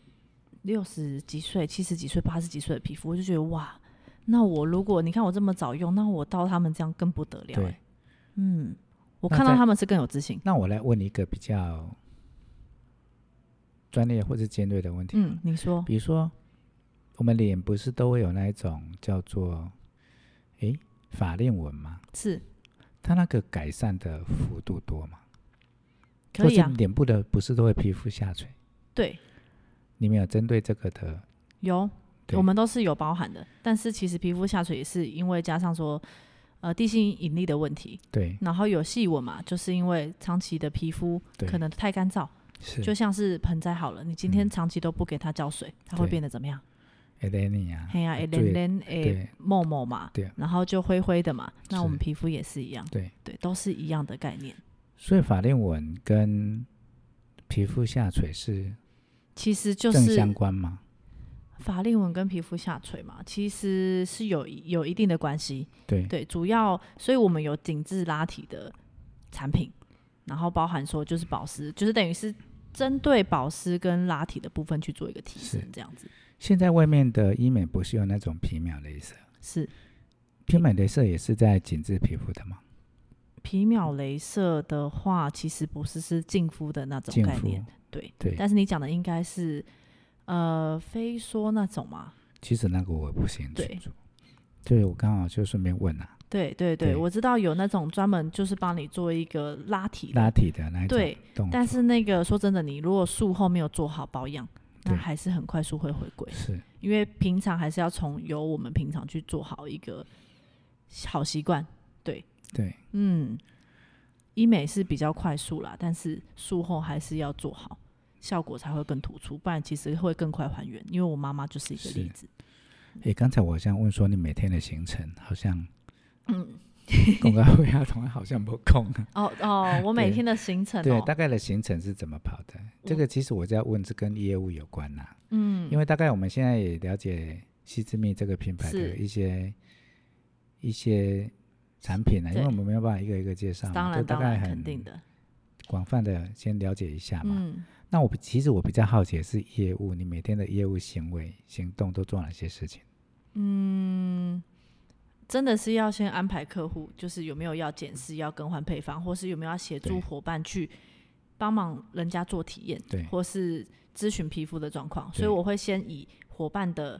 Speaker 2: 六十几岁、七十几岁、八十几岁的皮肤，我就觉得哇，那我如果你看我这么早用，那我到他们这样更不得了、
Speaker 1: 对
Speaker 2: 欸。。嗯，我
Speaker 1: 那
Speaker 2: 看到
Speaker 1: 在
Speaker 2: 他们是更有自信。
Speaker 1: 那我来问一个比较专业或是尖锐的问题，
Speaker 2: 嗯，你说
Speaker 1: 比如说我们脸不是都会有那一种叫做诶法令纹吗？
Speaker 2: 是
Speaker 1: 它那个改善的幅度多吗？
Speaker 2: 可以
Speaker 1: 或
Speaker 2: 啊
Speaker 1: 是？脸部的不是都会皮肤下垂？
Speaker 2: 对，
Speaker 1: 你们有针对这个的？
Speaker 2: 有，
Speaker 1: 对
Speaker 2: 我们都是有包含的。但是其实皮肤下垂也是因为加上说，呃地心引力的问题，
Speaker 1: 对，
Speaker 2: 然后有细纹嘛，就是因为长期的皮肤
Speaker 1: 对
Speaker 2: 可能太干燥，
Speaker 1: 是
Speaker 2: 就像是盆栽好了，你今天
Speaker 1: 嗯
Speaker 2: 长期都不给它浇水，它会
Speaker 1: 对
Speaker 2: 变得怎么样？
Speaker 1: 艾莲尼啊，
Speaker 2: 黑呀，哎，
Speaker 1: 对
Speaker 2: 连连哎，
Speaker 1: 对
Speaker 2: 某某嘛
Speaker 1: 对啊，
Speaker 2: 然后就灰灰的嘛。那
Speaker 1: 是
Speaker 2: 我们皮肤也是一样，
Speaker 1: 对，
Speaker 2: 对，都是一样的概念。
Speaker 1: 所以法令纹跟皮肤下垂是
Speaker 2: 其实就
Speaker 1: 正
Speaker 2: 是
Speaker 1: 相关吗？
Speaker 2: 法令纹跟皮肤下垂嘛，其实是有有一定的关系。
Speaker 1: 对，
Speaker 2: 对，主要，所以我们有紧致拉提的产品，然后包含说就是保湿，就是等于是针对保湿跟拉提的部分去做一个提升
Speaker 1: 是，
Speaker 2: 这样子
Speaker 1: 现在外面的医美不是用那种皮秒镭射，
Speaker 2: 是。
Speaker 1: 皮秒镭射也是在紧致皮肤的吗？
Speaker 2: 皮秒镭射的话，其实不是是净肤的那种
Speaker 1: 净
Speaker 2: 概
Speaker 1: 肤
Speaker 2: 念，对。
Speaker 1: 对，
Speaker 2: 但是你讲的应该是，呃，非说那种嘛，
Speaker 1: 其实那个我不清楚
Speaker 2: 对。
Speaker 1: 对，我刚好就顺便问啊，
Speaker 2: 对对对，
Speaker 1: 对
Speaker 2: 我知道有那种专门就是帮你做一个拉提的，
Speaker 1: 拉提的那一种嗯
Speaker 2: 对
Speaker 1: 动作
Speaker 2: 但是那个说真的，你如果术后没有做好保养，那
Speaker 1: 对
Speaker 2: 还是很快速会回归，
Speaker 1: 是
Speaker 2: 因为平常还是要从由我们平常去做好一个好习惯，
Speaker 1: 对。
Speaker 2: 嗯，医美是比较快速啦，但是术后还是要做好，效果才会更突出，不然其实会更快还原。因为我妈妈就是一个
Speaker 1: 是
Speaker 2: 例子，
Speaker 1: 诶，刚才我好像问说你每天的行程，好像
Speaker 2: 嗯，
Speaker 1: (laughs) 公告会啊，同样好像不空啊。
Speaker 2: 哦哦，我每
Speaker 1: 对
Speaker 2: 天的行程
Speaker 1: 对，
Speaker 2: 哦，
Speaker 1: 大概的行程是怎么跑的？这
Speaker 2: 我
Speaker 1: 个其实我在问，这跟业务有关呐、
Speaker 2: 嗯，
Speaker 1: 因为大概我们现在也了解西之蜜这个品牌
Speaker 2: 是
Speaker 1: 的一些一些产品啊，因为
Speaker 2: 对
Speaker 1: 我们没有办法一个一个介绍嘛，
Speaker 2: 当然
Speaker 1: 就大
Speaker 2: 当
Speaker 1: 概
Speaker 2: 然
Speaker 1: 很
Speaker 2: 肯定的，
Speaker 1: 广泛的先了解一下嘛。
Speaker 2: 嗯。
Speaker 1: 那我比其实我比较好奇的是业务，你每天的业务行为行动都做哪些事情？
Speaker 2: 嗯，真的是要先安排客户，就是有没有要检视、要更换配方，或是有没有要协助
Speaker 1: 对
Speaker 2: 伙伴去帮忙人家做体验，
Speaker 1: 对
Speaker 2: 或是咨询皮肤的状况。所以
Speaker 1: 对
Speaker 2: 我会先以伙伴的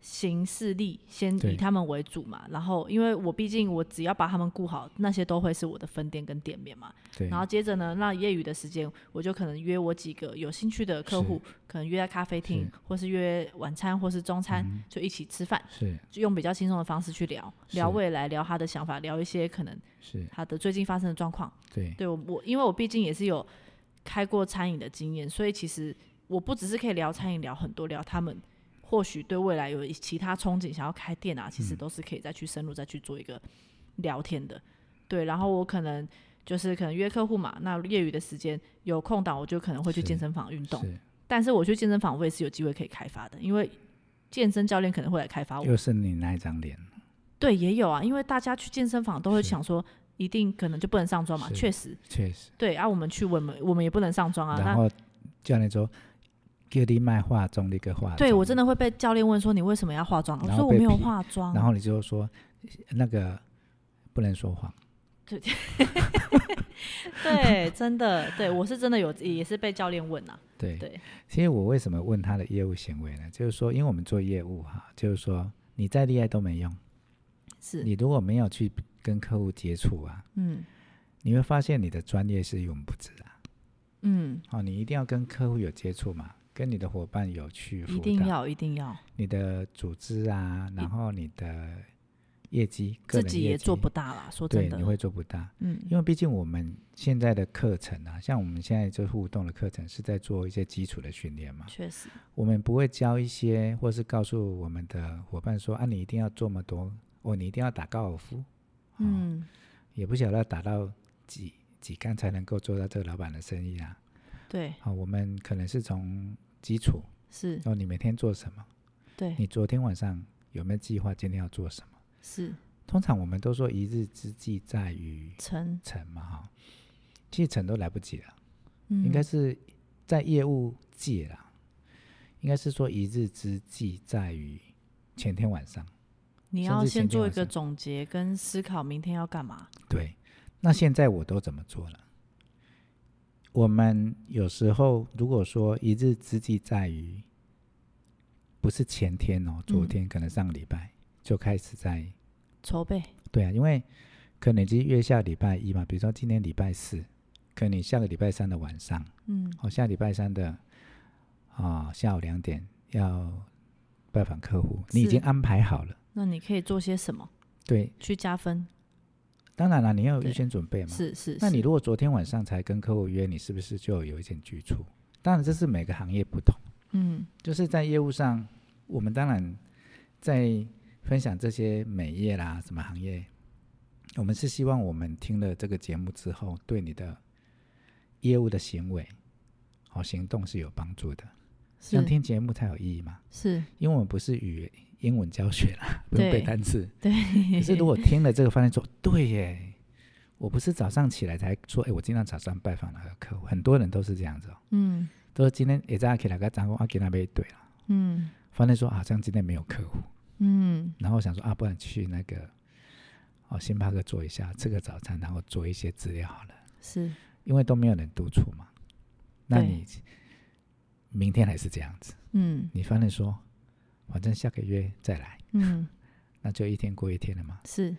Speaker 2: 形式力先
Speaker 1: 对
Speaker 2: 以他们为主嘛，然后因为我毕竟我只要把他们顾好，那些都会是我的分店跟店面嘛。
Speaker 1: 对，
Speaker 2: 然后接着呢，那业余的时间，我就可能约我几个有兴趣的客户，可能约在咖啡厅
Speaker 1: 是，嗯
Speaker 2: 或是约晚餐，或是中餐，就一起吃饭，
Speaker 1: 是
Speaker 2: 就用比较轻松的方式去聊
Speaker 1: 是
Speaker 2: 聊未来，聊他的想法，聊一些可能
Speaker 1: 是，
Speaker 2: 他的最近发生的状况。
Speaker 1: 对
Speaker 2: 对我，我因为我毕竟也是有开过餐饮的经验，所以其实我不只是可以聊餐饮，聊很多，聊他们或许对未来有一其他憧憬，想要开店啊，其
Speaker 1: 嗯
Speaker 2: 实都是可以再去深入再去做一个聊天的。对，然后我可能就是可能约客户嘛，那业余的时间有空档，我就可能会去
Speaker 1: 是
Speaker 2: 健身房运动。
Speaker 1: 是，
Speaker 2: 但是我去健身房，我也是有机会可以开发的，因为健身教练可能会来开发我。
Speaker 1: 又是你那一张脸，
Speaker 2: 对，也有啊，因为大家去健身房都会
Speaker 1: 是
Speaker 2: 想说，一定可能就不能上妆嘛，
Speaker 1: 是
Speaker 2: 确实。
Speaker 1: 确实。
Speaker 2: 对啊，我们去我们我们也不能上妆啊。
Speaker 1: 然
Speaker 2: 那
Speaker 1: 后教练说，叫你卖化妆的一个化妆，
Speaker 2: 对我真的会被教练问说你为什么要化妆？我
Speaker 1: 然
Speaker 2: 说
Speaker 1: 后
Speaker 2: 我
Speaker 1: 被
Speaker 2: 没有
Speaker 1: 批
Speaker 2: 化妆。
Speaker 1: 然后你就说那个不能说谎，
Speaker 2: 对，真的，对我是真的有也是被教练问啊。
Speaker 1: 对
Speaker 2: 对
Speaker 1: 其实我为什么问他的业务行为呢？就是说，因为我们做业务哈，就是说你再厉害都没用，
Speaker 2: 是
Speaker 1: 你如果没有去跟客户接触啊，
Speaker 2: 嗯
Speaker 1: 你会发现你的专业是永不止啊。
Speaker 2: 嗯，
Speaker 1: 哦，你一定要跟客户有接触嘛，跟你的伙伴有去
Speaker 2: 一
Speaker 1: 辅
Speaker 2: 定
Speaker 1: 导，
Speaker 2: 要一定要，
Speaker 1: 你的组织啊，然后你的业绩，个
Speaker 2: 嗯自
Speaker 1: 人
Speaker 2: 己
Speaker 1: 业
Speaker 2: 也
Speaker 1: 绩
Speaker 2: 做不大啦。说
Speaker 1: 对，
Speaker 2: 真的
Speaker 1: 你，会做不大。
Speaker 2: 嗯
Speaker 1: 因为毕竟我们现在的课程啊，像我们现在就互动的课程是在做一些基础的训练嘛，
Speaker 2: 确实
Speaker 1: 我们不会教一些，或是告诉我们的伙伴说啊，你一定要这么多，哦，你一定要打高尔夫，哦、，
Speaker 2: 嗯
Speaker 1: 也不晓得要打到几几杆才能够做到这个老板的生意啊。
Speaker 2: 对
Speaker 1: 好、我们可能是从基础，
Speaker 2: 是
Speaker 1: 哦，你每天做什么？
Speaker 2: 嗯对
Speaker 1: 你昨天晚上有没有计划今天要做什么？
Speaker 2: 是
Speaker 1: 通常我们都说一日之计在于
Speaker 2: 成
Speaker 1: 晨嘛，哈、其实晨都来不及了。
Speaker 2: 嗯
Speaker 1: 应该是在业务界啦，应该是说一日之计在于前天晚上。
Speaker 2: 你
Speaker 1: 甚
Speaker 2: 要
Speaker 1: 至
Speaker 2: 先
Speaker 1: 前天
Speaker 2: 做一
Speaker 1: 晚
Speaker 2: 个
Speaker 1: 上
Speaker 2: 总结跟思考明天要干嘛。
Speaker 1: 对，那现在我都怎么做了？我们有时候如果说一日之计在于，不是前天哦，昨
Speaker 2: 嗯
Speaker 1: 天可能上个礼拜就开始在，
Speaker 2: 筹备
Speaker 1: 对啊，因为可能已经约下礼拜一嘛，比如说今天礼拜四，可能你下个礼拜三的晚上。
Speaker 2: 嗯
Speaker 1: 我、下礼拜三的啊、下午两点要拜访客户，你已
Speaker 2: 是
Speaker 1: 经安排好了。
Speaker 2: 那你可以做些什么
Speaker 1: 对
Speaker 2: 去加分？
Speaker 1: 当然了，你要有
Speaker 2: 对
Speaker 1: 预先准备嘛。
Speaker 2: 是是，
Speaker 1: 那
Speaker 2: 是
Speaker 1: 你如果昨天晚上才跟客户约，你是不是就有一点局促？当然，这是每个行业不同。
Speaker 2: 嗯
Speaker 1: 就是在业务上，我们当然在分享这些美业啦，什么行业，我们是希望我们听了这个节目之后，对你的业务的行为、好、行动是有帮助的。
Speaker 2: 是
Speaker 1: 像听节目才有意义嘛，
Speaker 2: 是
Speaker 1: 因为我们不是语英文教学
Speaker 2: (laughs)
Speaker 1: 啦，不用
Speaker 2: 对
Speaker 1: 背单词。
Speaker 2: 对，
Speaker 1: 可是如果听了这个，发现说对耶，我不是早上起来才说，哎，我今天早上拜访哪个客户，很多人都是这样子哦，
Speaker 2: 嗯
Speaker 1: 都是今天也在起来跟张工啊，给那边对了。
Speaker 2: 嗯
Speaker 1: 发现说啊，好像今天没有客户，
Speaker 2: 嗯
Speaker 1: 然后想说啊，不然去那个哦星巴克做一下，吃个早餐，然后做一些资料好了，
Speaker 2: 是
Speaker 1: 因为都没有人督促嘛。那
Speaker 2: 对
Speaker 1: 你明天还是这样子，
Speaker 2: 嗯
Speaker 1: 你发现说，反正下个月再来，
Speaker 2: 嗯
Speaker 1: 那就一天过一天了嘛。
Speaker 2: 是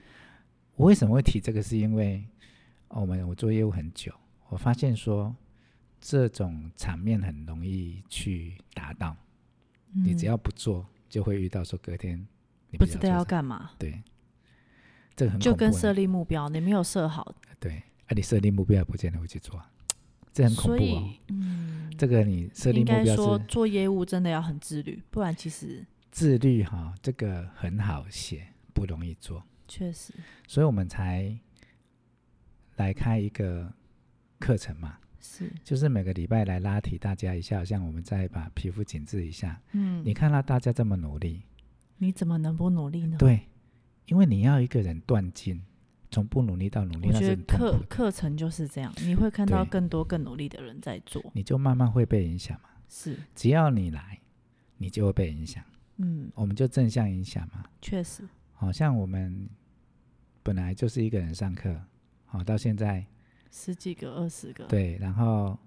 Speaker 1: 我为什么会提这个？是因为、哦、我们我做业务很久，我发现说这种场面很容易去达到，你只
Speaker 2: 嗯
Speaker 1: 要不做，就会遇到说隔天你
Speaker 2: 不
Speaker 1: 知
Speaker 2: 知
Speaker 1: 道
Speaker 2: 道
Speaker 1: 做
Speaker 2: 要
Speaker 1: 什么
Speaker 2: 干嘛，
Speaker 1: 对，这个很
Speaker 2: 就
Speaker 1: 恐怖
Speaker 2: 跟
Speaker 1: 呢
Speaker 2: 设立目标，你没有设好，
Speaker 1: 对，啊，你设定目标也不见得会去做啊，这很恐
Speaker 2: 所
Speaker 1: 怖哦
Speaker 2: 以。嗯，
Speaker 1: 这个你设定
Speaker 2: 应
Speaker 1: 目
Speaker 2: 该说
Speaker 1: 标是
Speaker 2: 做业务真的要很自律，不然其实
Speaker 1: 自律哈、这个很好写，不容易做，
Speaker 2: 确实
Speaker 1: 所以我们才来开一个课程嘛，
Speaker 2: 是
Speaker 1: 就是每个礼拜来拉提大家一下，像我们再把皮肤紧致一下。
Speaker 2: 嗯，
Speaker 1: 你看到大家这么努力，
Speaker 2: 你怎么能不努力呢？
Speaker 1: 对，因为你要一个人断尽，从不努力到努力，
Speaker 2: 我
Speaker 1: 那
Speaker 2: 觉
Speaker 1: 是
Speaker 2: 得
Speaker 1: 很痛
Speaker 2: 课
Speaker 1: 苦的，
Speaker 2: 课程就是这样，你会看到
Speaker 1: 对
Speaker 2: 更多更努力的人在做，
Speaker 1: 你就慢慢会被影响嘛。
Speaker 2: 是，
Speaker 1: 只要你来，你就会被影响，
Speaker 2: 嗯，
Speaker 1: 我们就正向影响嘛。
Speaker 2: 确实，
Speaker 1: 好、像我们本来就是一个人上课，好、到现在
Speaker 2: 十几个、二十个，，
Speaker 1: 对，然后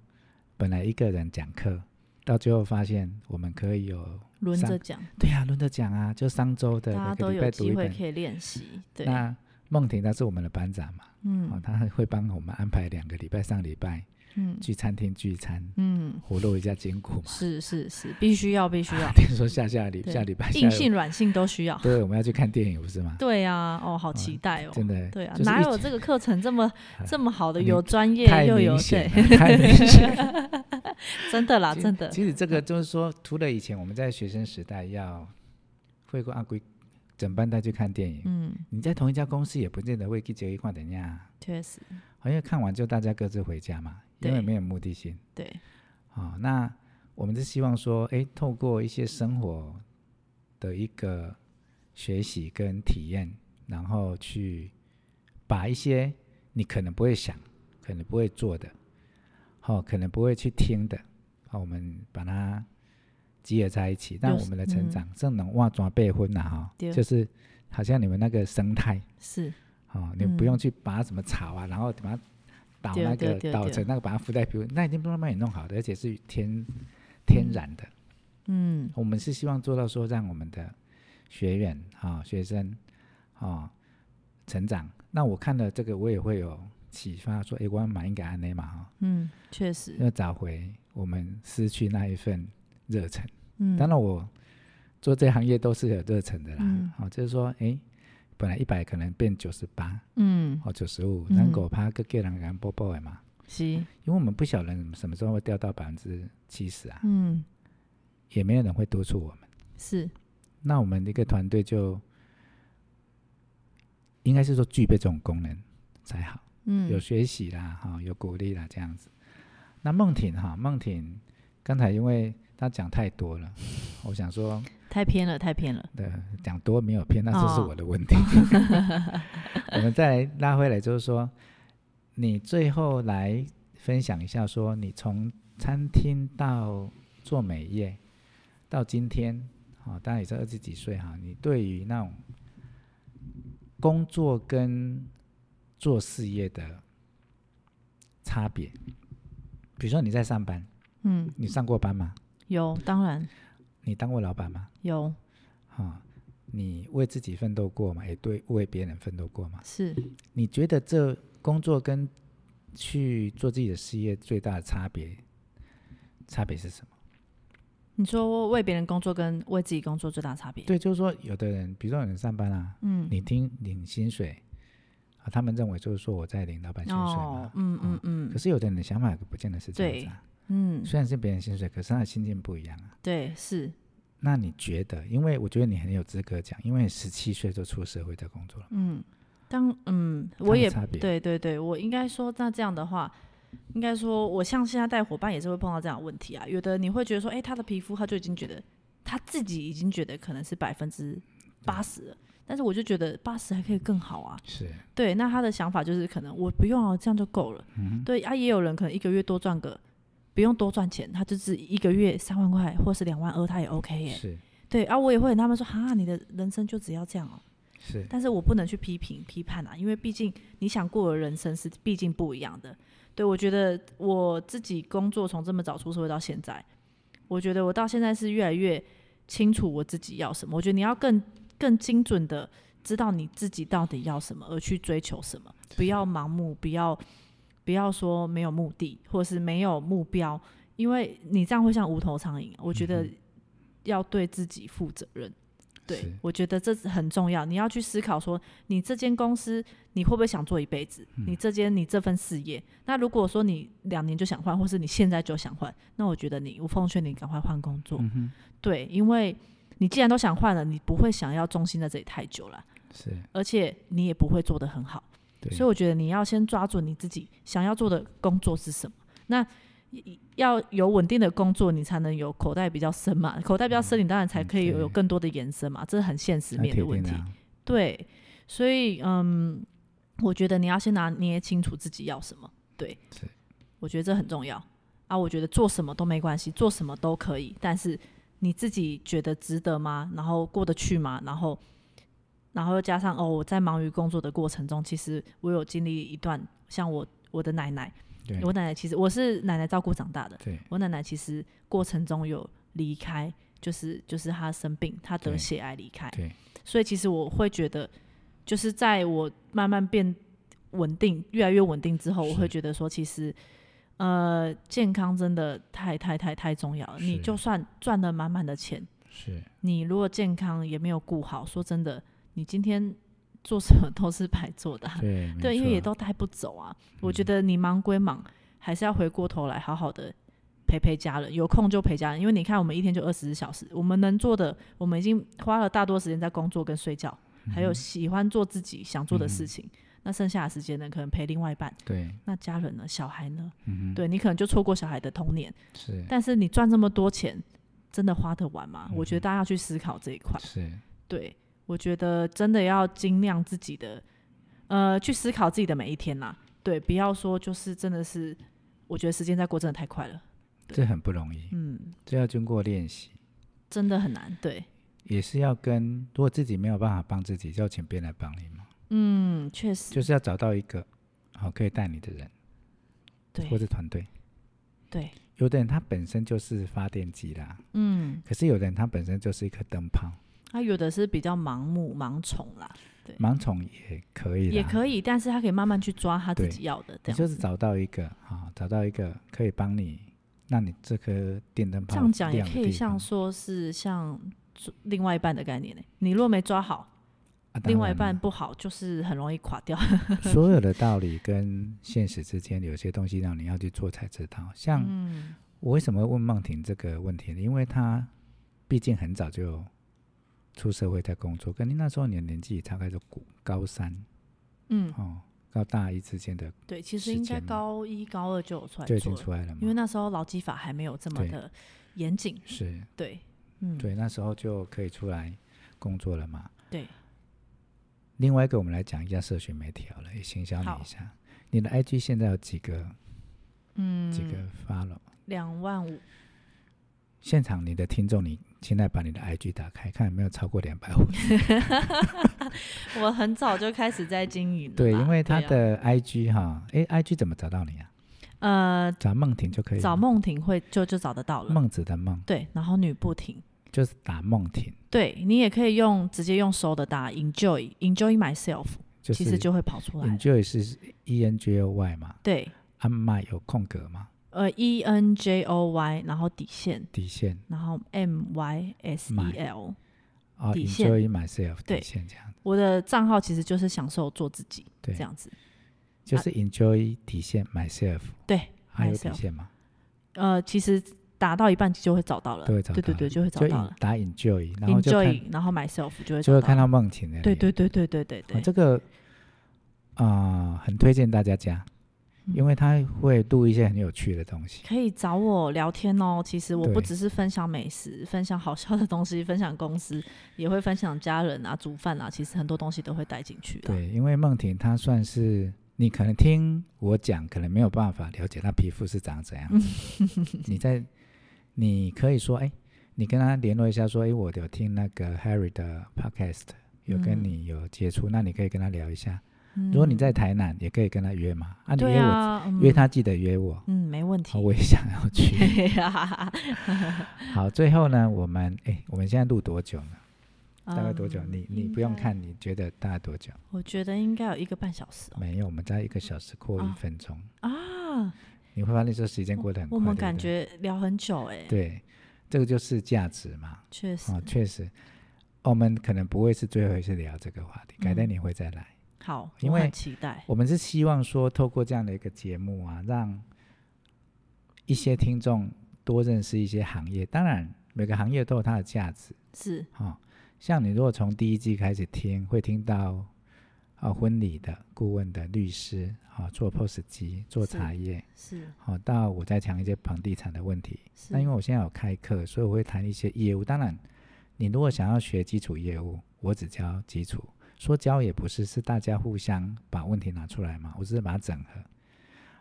Speaker 1: 本来一个人讲课，到最后发现我们可以有
Speaker 2: 轮
Speaker 1: 上
Speaker 2: 着讲，
Speaker 1: 对啊，轮着讲啊，就上周的
Speaker 2: 大家
Speaker 1: 每个
Speaker 2: 都
Speaker 1: 礼
Speaker 2: 有
Speaker 1: 拜读
Speaker 2: 机
Speaker 1: 一
Speaker 2: 会
Speaker 1: 本。
Speaker 2: 可以练习，对，
Speaker 1: 那梦婷她是我们的班长嘛，哦
Speaker 2: 嗯，
Speaker 1: 她会帮我们安排两个礼拜，上礼拜
Speaker 2: 嗯
Speaker 1: 去餐厅聚餐，
Speaker 2: 嗯，
Speaker 1: 活络一下筋骨嘛。，
Speaker 2: 是是是，必须要必须要
Speaker 1: 听说下下礼
Speaker 2: 对
Speaker 1: 下礼拜下
Speaker 2: 硬
Speaker 1: 礼
Speaker 2: 性、软性都需要，
Speaker 1: 对，我们要去看电影，不是吗？
Speaker 2: 对啊，哦，好期待哦，
Speaker 1: 真的，
Speaker 2: 对啊
Speaker 1: 就，是
Speaker 2: 哪
Speaker 1: 一
Speaker 2: 有这个课程这么这么好的，
Speaker 1: 你
Speaker 2: 有专业
Speaker 1: 太
Speaker 2: 又有
Speaker 1: 明
Speaker 2: 对
Speaker 1: 显，了，太
Speaker 2: (laughs)
Speaker 1: 明显了。
Speaker 2: 真
Speaker 1: (laughs)
Speaker 2: 的啦，
Speaker 1: 其
Speaker 2: 真的，
Speaker 1: 其实这
Speaker 2: (laughs)
Speaker 1: 个就是说，除了以前我们在学生时代要会过阿龟整班带去看电影，
Speaker 2: 嗯，
Speaker 1: 你在同一家公司也不见得会去结一块等呀，
Speaker 2: 确实，
Speaker 1: 好像啊看完就大家各自回家嘛，因为
Speaker 2: 对
Speaker 1: 没有目的性。
Speaker 2: 对，
Speaker 1: 啊、那我们是希望说，诶，透过一些生活的一个学习跟体验，然后去把一些你可能不会想、可能不会做的，好、可能不会去听的，好、我们把它集合在一起，让
Speaker 2: 就
Speaker 1: 我
Speaker 2: 是
Speaker 1: 们的成
Speaker 2: 嗯
Speaker 1: 长正能哇抓备婚呐、哈、
Speaker 2: 对
Speaker 1: 就是好像你们那个生态。
Speaker 2: 是
Speaker 1: 哦，你不
Speaker 2: 嗯
Speaker 1: 用去拔什么草啊，然后把它捣
Speaker 2: 对
Speaker 1: 那
Speaker 2: 对
Speaker 1: 个
Speaker 2: 对
Speaker 1: 捣
Speaker 2: 对
Speaker 1: 成那个，把它敷在皮肤，那已经慢慢也弄好的，而且是天天
Speaker 2: 嗯
Speaker 1: 然的。
Speaker 2: 嗯，
Speaker 1: 我们是希望做到说，让我们的学员啊、学生啊、成长。那我看了这个，我也会有启发，说，诶，我蛮应该安内嘛哈，
Speaker 2: 嗯，确实，
Speaker 1: 要找回我们失去那一份热忱。
Speaker 2: 嗯，
Speaker 1: 当然，我做这行业都是有热忱的啦。
Speaker 2: 嗯
Speaker 1: 好、就是说，诶，本来一百可能变九十八，
Speaker 2: 嗯，
Speaker 1: 哦，九十五，
Speaker 2: 嗯
Speaker 1: 咱五趴个个人敢波波的嘛，
Speaker 2: 是，
Speaker 1: 因为我们不晓得什么时候会掉到百分之七十啊，
Speaker 2: 嗯，
Speaker 1: 也没有人会督促我们。
Speaker 2: 是，
Speaker 1: 那我们一个团队就应该是说具备这种功能才好，有
Speaker 2: 嗯，
Speaker 1: 学习啦，哈、有鼓励啦，这样子。那梦婷哈，梦婷刚才因为她讲太多了，我想说，
Speaker 2: 太偏了，太偏了，
Speaker 1: 对，讲多没有偏，那这是
Speaker 2: 哦
Speaker 1: 我的问题。 (laughs) 我们再拉回来，就是说，你最后来分享一下说你从餐厅到做美业，到今天，啊、当然也是二十几岁哈、你对于那种工作跟做事业的差别，比如说你在上班，
Speaker 2: 嗯，
Speaker 1: 你上过班吗？
Speaker 2: 有，当然
Speaker 1: 你当过老板吗？
Speaker 2: 有，
Speaker 1: 哈、你为自己奋斗过吗？也对，为别人奋斗过吗？
Speaker 2: 是，
Speaker 1: 你觉得这工作跟去做自己的事业最大的差别，差别是什么？
Speaker 2: 你说为别人工作跟为自己工作最大差别，
Speaker 1: 对，就是说，有的人，比如说有人上班啊，
Speaker 2: 嗯，
Speaker 1: 你听领薪水，啊，他们认为就是说我在领老板薪水
Speaker 2: 哦
Speaker 1: 嘛，。
Speaker 2: 嗯嗯
Speaker 1: 可
Speaker 2: 嗯
Speaker 1: 是有的人的想法不见得是这样子啊。
Speaker 2: 嗯，
Speaker 1: 虽然是别人薪水，可是他的心境不一样啊。
Speaker 2: 对，是，
Speaker 1: 那你觉得？因为我觉得你很有资格讲，因为十七岁就出社会在工作了，
Speaker 2: 嗯，当嗯，
Speaker 1: 它
Speaker 2: 我
Speaker 1: 的
Speaker 2: 也
Speaker 1: 差别
Speaker 2: 对对对，我应该说，那这样的话，应该说，我像现在带伙伴也是会碰到这样的问题啊。有的你会觉得说，哎、他的皮肤他就已经觉得他自己已经觉得可能是百分之八十了，但是我就觉得八十还可以更好啊。
Speaker 1: 是
Speaker 2: 对，那他的想法就是可能我不用啊，这样就够了。对啊，也有人可能一个月多赚个，不用多赚钱，他就是一个月三万块或是两万二，他也 OK 耶。
Speaker 1: 是
Speaker 2: 对啊，我也会很纳闷说，哈，你的人生就只要这样哦、
Speaker 1: 是
Speaker 2: 但是我不能去批评批判啊，因为毕竟你想过的人生是毕竟不一样的。对我觉得我自己工作从这么早出社会到现在，我觉得我到现在是越来越清楚我自己要什么。我觉得你要更更精准的知道你自己到底要什么，而去追求什么，不要盲目，不要不要说没有目的或是没有目标，因为你这样会像无头苍蝇。我觉得要对自己负责任。对
Speaker 1: 是，
Speaker 2: 我觉得这是很重要。你要去思考说，你这间公司你会不会想做一辈子？你这间你这份事业，那如果说你两年就想换，或是你现在就想换，那我觉得你，我奉劝你赶快换工作。对，因为你既然都想换了，你不会想要重心在这里太久了，
Speaker 1: 是，
Speaker 2: 而且你也不会做得很好。
Speaker 1: 对，
Speaker 2: 所以我觉得你要先抓住你自己想要做的工作是什么。那一要有稳定的工作，你才能有口袋比较深嘛。口袋比较深，你当然才可以
Speaker 1: 嗯对
Speaker 2: 有更多的延伸嘛。这是很现实
Speaker 1: 那
Speaker 2: 面
Speaker 1: 铁
Speaker 2: 的问
Speaker 1: 定
Speaker 2: 题
Speaker 1: 的。啊
Speaker 2: 对，所以嗯，我觉得你要先拿捏清楚自己要什么。对
Speaker 1: 是，
Speaker 2: 我觉得这很重要啊。我觉得做什么都没关系，做什么都可以，但是你自己觉得值得吗？然后过得去吗？然后，然后又加上哦，我在忙于工作的过程中，其实我有经历一段，像我我的奶奶，
Speaker 1: 对
Speaker 2: 我奶奶其实我是奶奶照顾长大的，
Speaker 1: 对
Speaker 2: 我奶奶其实过程中有离开，就是就是她生病，她得
Speaker 1: 对
Speaker 2: 血癌离开。
Speaker 1: 对
Speaker 2: 所以其实我会觉得，就是在我慢慢变稳定、越来越稳定之后，
Speaker 1: 是
Speaker 2: 我会觉得说，其实呃，健康真的太太太太重要了。
Speaker 1: 是
Speaker 2: 你就算赚了满满的钱，
Speaker 1: 是
Speaker 2: 你如果健康也没有顾好，说真的，你今天做什么都是白做的啊、
Speaker 1: 对没
Speaker 2: 对，因为
Speaker 1: 错嗯
Speaker 2: 也都带不走啊。我觉得你忙归忙，还是要回过头来好好的陪陪家人，有空就陪家人。因为你看，我们一天就二十四小时，我们能做的，我们已经花了大多时间在工作跟睡觉，
Speaker 1: 嗯
Speaker 2: 还有喜欢做自己想做的事情。那剩下的时间呢，可能陪另外一半。
Speaker 1: 对
Speaker 2: 那家人呢，小孩呢？
Speaker 1: 嗯哼嗯
Speaker 2: 对你可能就错过小孩的童年。
Speaker 1: 是
Speaker 2: 但是你赚这么多钱，真的花得完吗？我觉得大家要去思考这一块。
Speaker 1: 是
Speaker 2: 对，我觉得真的要尽量自己的，呃，去思考自己的每一天啦。对，不要说就是真的是，我觉得时间在过真的太快了，
Speaker 1: 这很不容易，
Speaker 2: 嗯，
Speaker 1: 这要经过练习，
Speaker 2: 真的很难。对，
Speaker 1: 也是要跟如果自己没有办法帮自己，就要请别人来帮你嘛，
Speaker 2: 嗯，确实，
Speaker 1: 就是要找到一个好、可以带你的人或
Speaker 2: 对
Speaker 1: 者团队。
Speaker 2: 对，
Speaker 1: 有的人他本身就是发电机啦，
Speaker 2: 嗯，
Speaker 1: 可是有的人他本身就是一颗灯泡，
Speaker 2: 他有的是比较盲目盲从啦，
Speaker 1: 盲从也可以啦，
Speaker 2: 也可以，但是他可以慢慢去抓他自
Speaker 1: 对
Speaker 2: 己要的，这
Speaker 1: 你
Speaker 2: 样
Speaker 1: 就是
Speaker 2: 子。
Speaker 1: 找到一个啊、找到一个可以帮你让你这颗电灯
Speaker 2: 这
Speaker 1: 泡
Speaker 2: 样讲也
Speaker 1: 亮的
Speaker 2: 可以
Speaker 1: 地
Speaker 2: 像
Speaker 1: 方
Speaker 2: 说是像另外一半的概念呢、你若没抓好，
Speaker 1: 啊当
Speaker 2: 另外一
Speaker 1: 然
Speaker 2: 半
Speaker 1: 啦
Speaker 2: 不好，就是很容易垮掉。
Speaker 1: (laughs) 所有的道理跟现实之间有些东西让你要去做才知道。像
Speaker 2: (laughs) 嗯，
Speaker 1: 我为什么会问梦婷这个问题呢？因为她毕竟很早就出社会在工作，跟你那时候你的年纪也大概是古高三
Speaker 2: 嗯，
Speaker 1: 哦，高大一之间的
Speaker 2: 对，其实
Speaker 1: 时
Speaker 2: 应该
Speaker 1: 间嘛
Speaker 2: 高一高二就有出来
Speaker 1: 就已
Speaker 2: 做
Speaker 1: 经
Speaker 2: 了，
Speaker 1: 出来了嘛
Speaker 2: 因为。那时候劳基法还没有这么
Speaker 1: 对
Speaker 2: 的严谨。
Speaker 1: 是
Speaker 2: 对，嗯，
Speaker 1: 对，那时候就可以出来工作了嘛。
Speaker 2: 对
Speaker 1: 另外一个，我们来讲一下社群媒体好了，也行销你
Speaker 2: 好
Speaker 1: 一下。你的 IG 现在有几个
Speaker 2: 嗯，
Speaker 1: 几个 follow？、
Speaker 2: 两万五，
Speaker 1: 现场你的听众，你现在把你的 IG 打开，看有没有超过两百
Speaker 2: (laughs)
Speaker 1: 五
Speaker 2: 我很早就开始在经营了啦。
Speaker 1: 对，因为他
Speaker 2: 啊
Speaker 1: 的 IG 哈，诶 i g 怎么找到你啊？
Speaker 2: 呃，
Speaker 1: 找梦婷就可以了。
Speaker 2: 找梦婷会就就找得到了。
Speaker 1: 孟子的孟，
Speaker 2: 对，然后女不停，
Speaker 1: 就是打梦婷，
Speaker 2: 对你也可以用直接用搜的打 enjoy enjoy myself，
Speaker 1: 就
Speaker 2: 其实
Speaker 1: 是
Speaker 2: 就会跑出来了。
Speaker 1: enjoy 是 e n j o y 嘛，
Speaker 2: 对，
Speaker 1: 啊嘛有空格嘛，
Speaker 2: 呃，e n j o y，然后底线，
Speaker 1: 底线
Speaker 2: 然后 m y s e l，
Speaker 1: 哦
Speaker 2: 底线
Speaker 1: ，enjoy myself 底
Speaker 2: 对
Speaker 1: 线这样，
Speaker 2: 我的账号其实就是享受做自己，
Speaker 1: 对
Speaker 2: 这样子。
Speaker 1: 就
Speaker 2: 啊
Speaker 1: 是 enjoy 底线 myself，
Speaker 2: 对，
Speaker 1: 还有底
Speaker 2: myself
Speaker 1: 线吗？
Speaker 2: 呃，其实达到一半就会找到了，
Speaker 1: 都会找
Speaker 2: 对对
Speaker 1: 到
Speaker 2: 对，就会找
Speaker 1: 就
Speaker 2: 到
Speaker 1: en-
Speaker 2: 了。
Speaker 1: 打 enjoy，然后就看
Speaker 2: enjoy，然后 myself 就会
Speaker 1: 就会
Speaker 2: 找
Speaker 1: 看
Speaker 2: 到
Speaker 1: 到
Speaker 2: 了。
Speaker 1: 梦婷的
Speaker 2: 对
Speaker 1: 脸
Speaker 2: 对对对对对
Speaker 1: 哦
Speaker 2: 对，
Speaker 1: 这个啊、呃很推荐大家加，
Speaker 2: 嗯
Speaker 1: 因为他会录一些很有趣的东西。
Speaker 2: 可以找我聊天哦。其实我
Speaker 1: 对
Speaker 2: 不只是分享美食，分享好笑的东西，分享公司，也会分享家人啊、煮饭啊，其实很多东西都会带进去的。
Speaker 1: 对，因为梦婷她算是你可能听我讲，可能没有办法了解她皮肤是长怎
Speaker 2: (laughs)
Speaker 1: 样子你在你可以说，哎，你跟她联络一下，说，哎，我有听那个 Harry 的 podcast，有跟
Speaker 2: 嗯
Speaker 1: 你有接触，那你可以跟她聊一下。
Speaker 2: 嗯
Speaker 1: 如果你在台南，也可以跟她约嘛。啊，你
Speaker 2: 对
Speaker 1: 约我，
Speaker 2: 啊，嗯
Speaker 1: 约她记得约我，
Speaker 2: 嗯，没问
Speaker 1: 好
Speaker 2: 题。啊
Speaker 1: 我也想要去。
Speaker 2: (laughs) 嘿呀， (laughs)
Speaker 1: 好，最后呢，我们哎，我们现在录多久呢？大概多久？
Speaker 2: 嗯
Speaker 1: 你你
Speaker 2: 应
Speaker 1: 不用
Speaker 2: 该
Speaker 1: 看，你觉得大概多久？
Speaker 2: 我觉得应该有一个半小时哦。
Speaker 1: 没有，我们在一个小时过一
Speaker 2: 哦
Speaker 1: 分钟，
Speaker 2: 啊，
Speaker 1: 你会发现说时间过得很快。
Speaker 2: 我们
Speaker 1: 对不
Speaker 2: 感
Speaker 1: 对
Speaker 2: 觉聊很久哎，
Speaker 1: 对，这个就是价值嘛。
Speaker 2: 确实
Speaker 1: 哦，。确实，我们可能不会是最后一次聊这个话题，改天
Speaker 2: 嗯
Speaker 1: 你会再来。
Speaker 2: 好，我
Speaker 1: 因为
Speaker 2: 很期待。
Speaker 1: 我们是希望说，透过这样的一个节目啊，让一些听众多认识一些行业。当然，每个行业都有它的价值。
Speaker 2: 是，
Speaker 1: 哦，像你如果从第一季开始听，会听到啊婚礼的顾问的律师啊、做 POS 机、做
Speaker 2: 是
Speaker 1: 茶叶，
Speaker 2: 是
Speaker 1: 好、到我在讲一些房地产的问题。
Speaker 2: 是，
Speaker 1: 那因为我现在有开课，所以我会谈一些业务。当然，你如果想要学基础业务，我只教基础。说教也不是，是大家互相把问题拿出来嘛，我只是把它整合。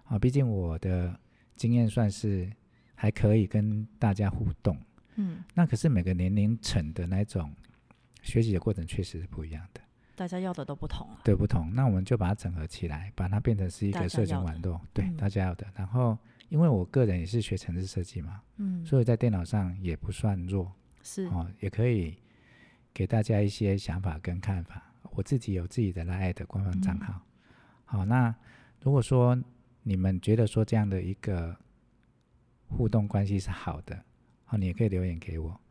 Speaker 1: 啊，毕竟我的经验算是还可以跟大家互动。
Speaker 2: 嗯，
Speaker 1: 那可是每个年龄层的那种学习的过程确实是不一样的，
Speaker 2: 大家要的都不同啊了。
Speaker 1: 对不同。那我们就把它整合起来，把它变成是一
Speaker 2: 大
Speaker 1: 个
Speaker 2: 家
Speaker 1: 社群
Speaker 2: 要的
Speaker 1: 网络，对
Speaker 2: 嗯
Speaker 1: 大家要的。然后，因为我个人也是学城市设计嘛，
Speaker 2: 嗯，
Speaker 1: 所以在电脑上也不算弱
Speaker 2: 是，
Speaker 1: 哦，也可以给大家一些想法跟看法。我自己有自己的 Line 的官方账
Speaker 2: 嗯
Speaker 1: 号。好，那如果说你们觉得说这样的一个互动关系是好的，好，你也可以留言给我。
Speaker 2: 嗯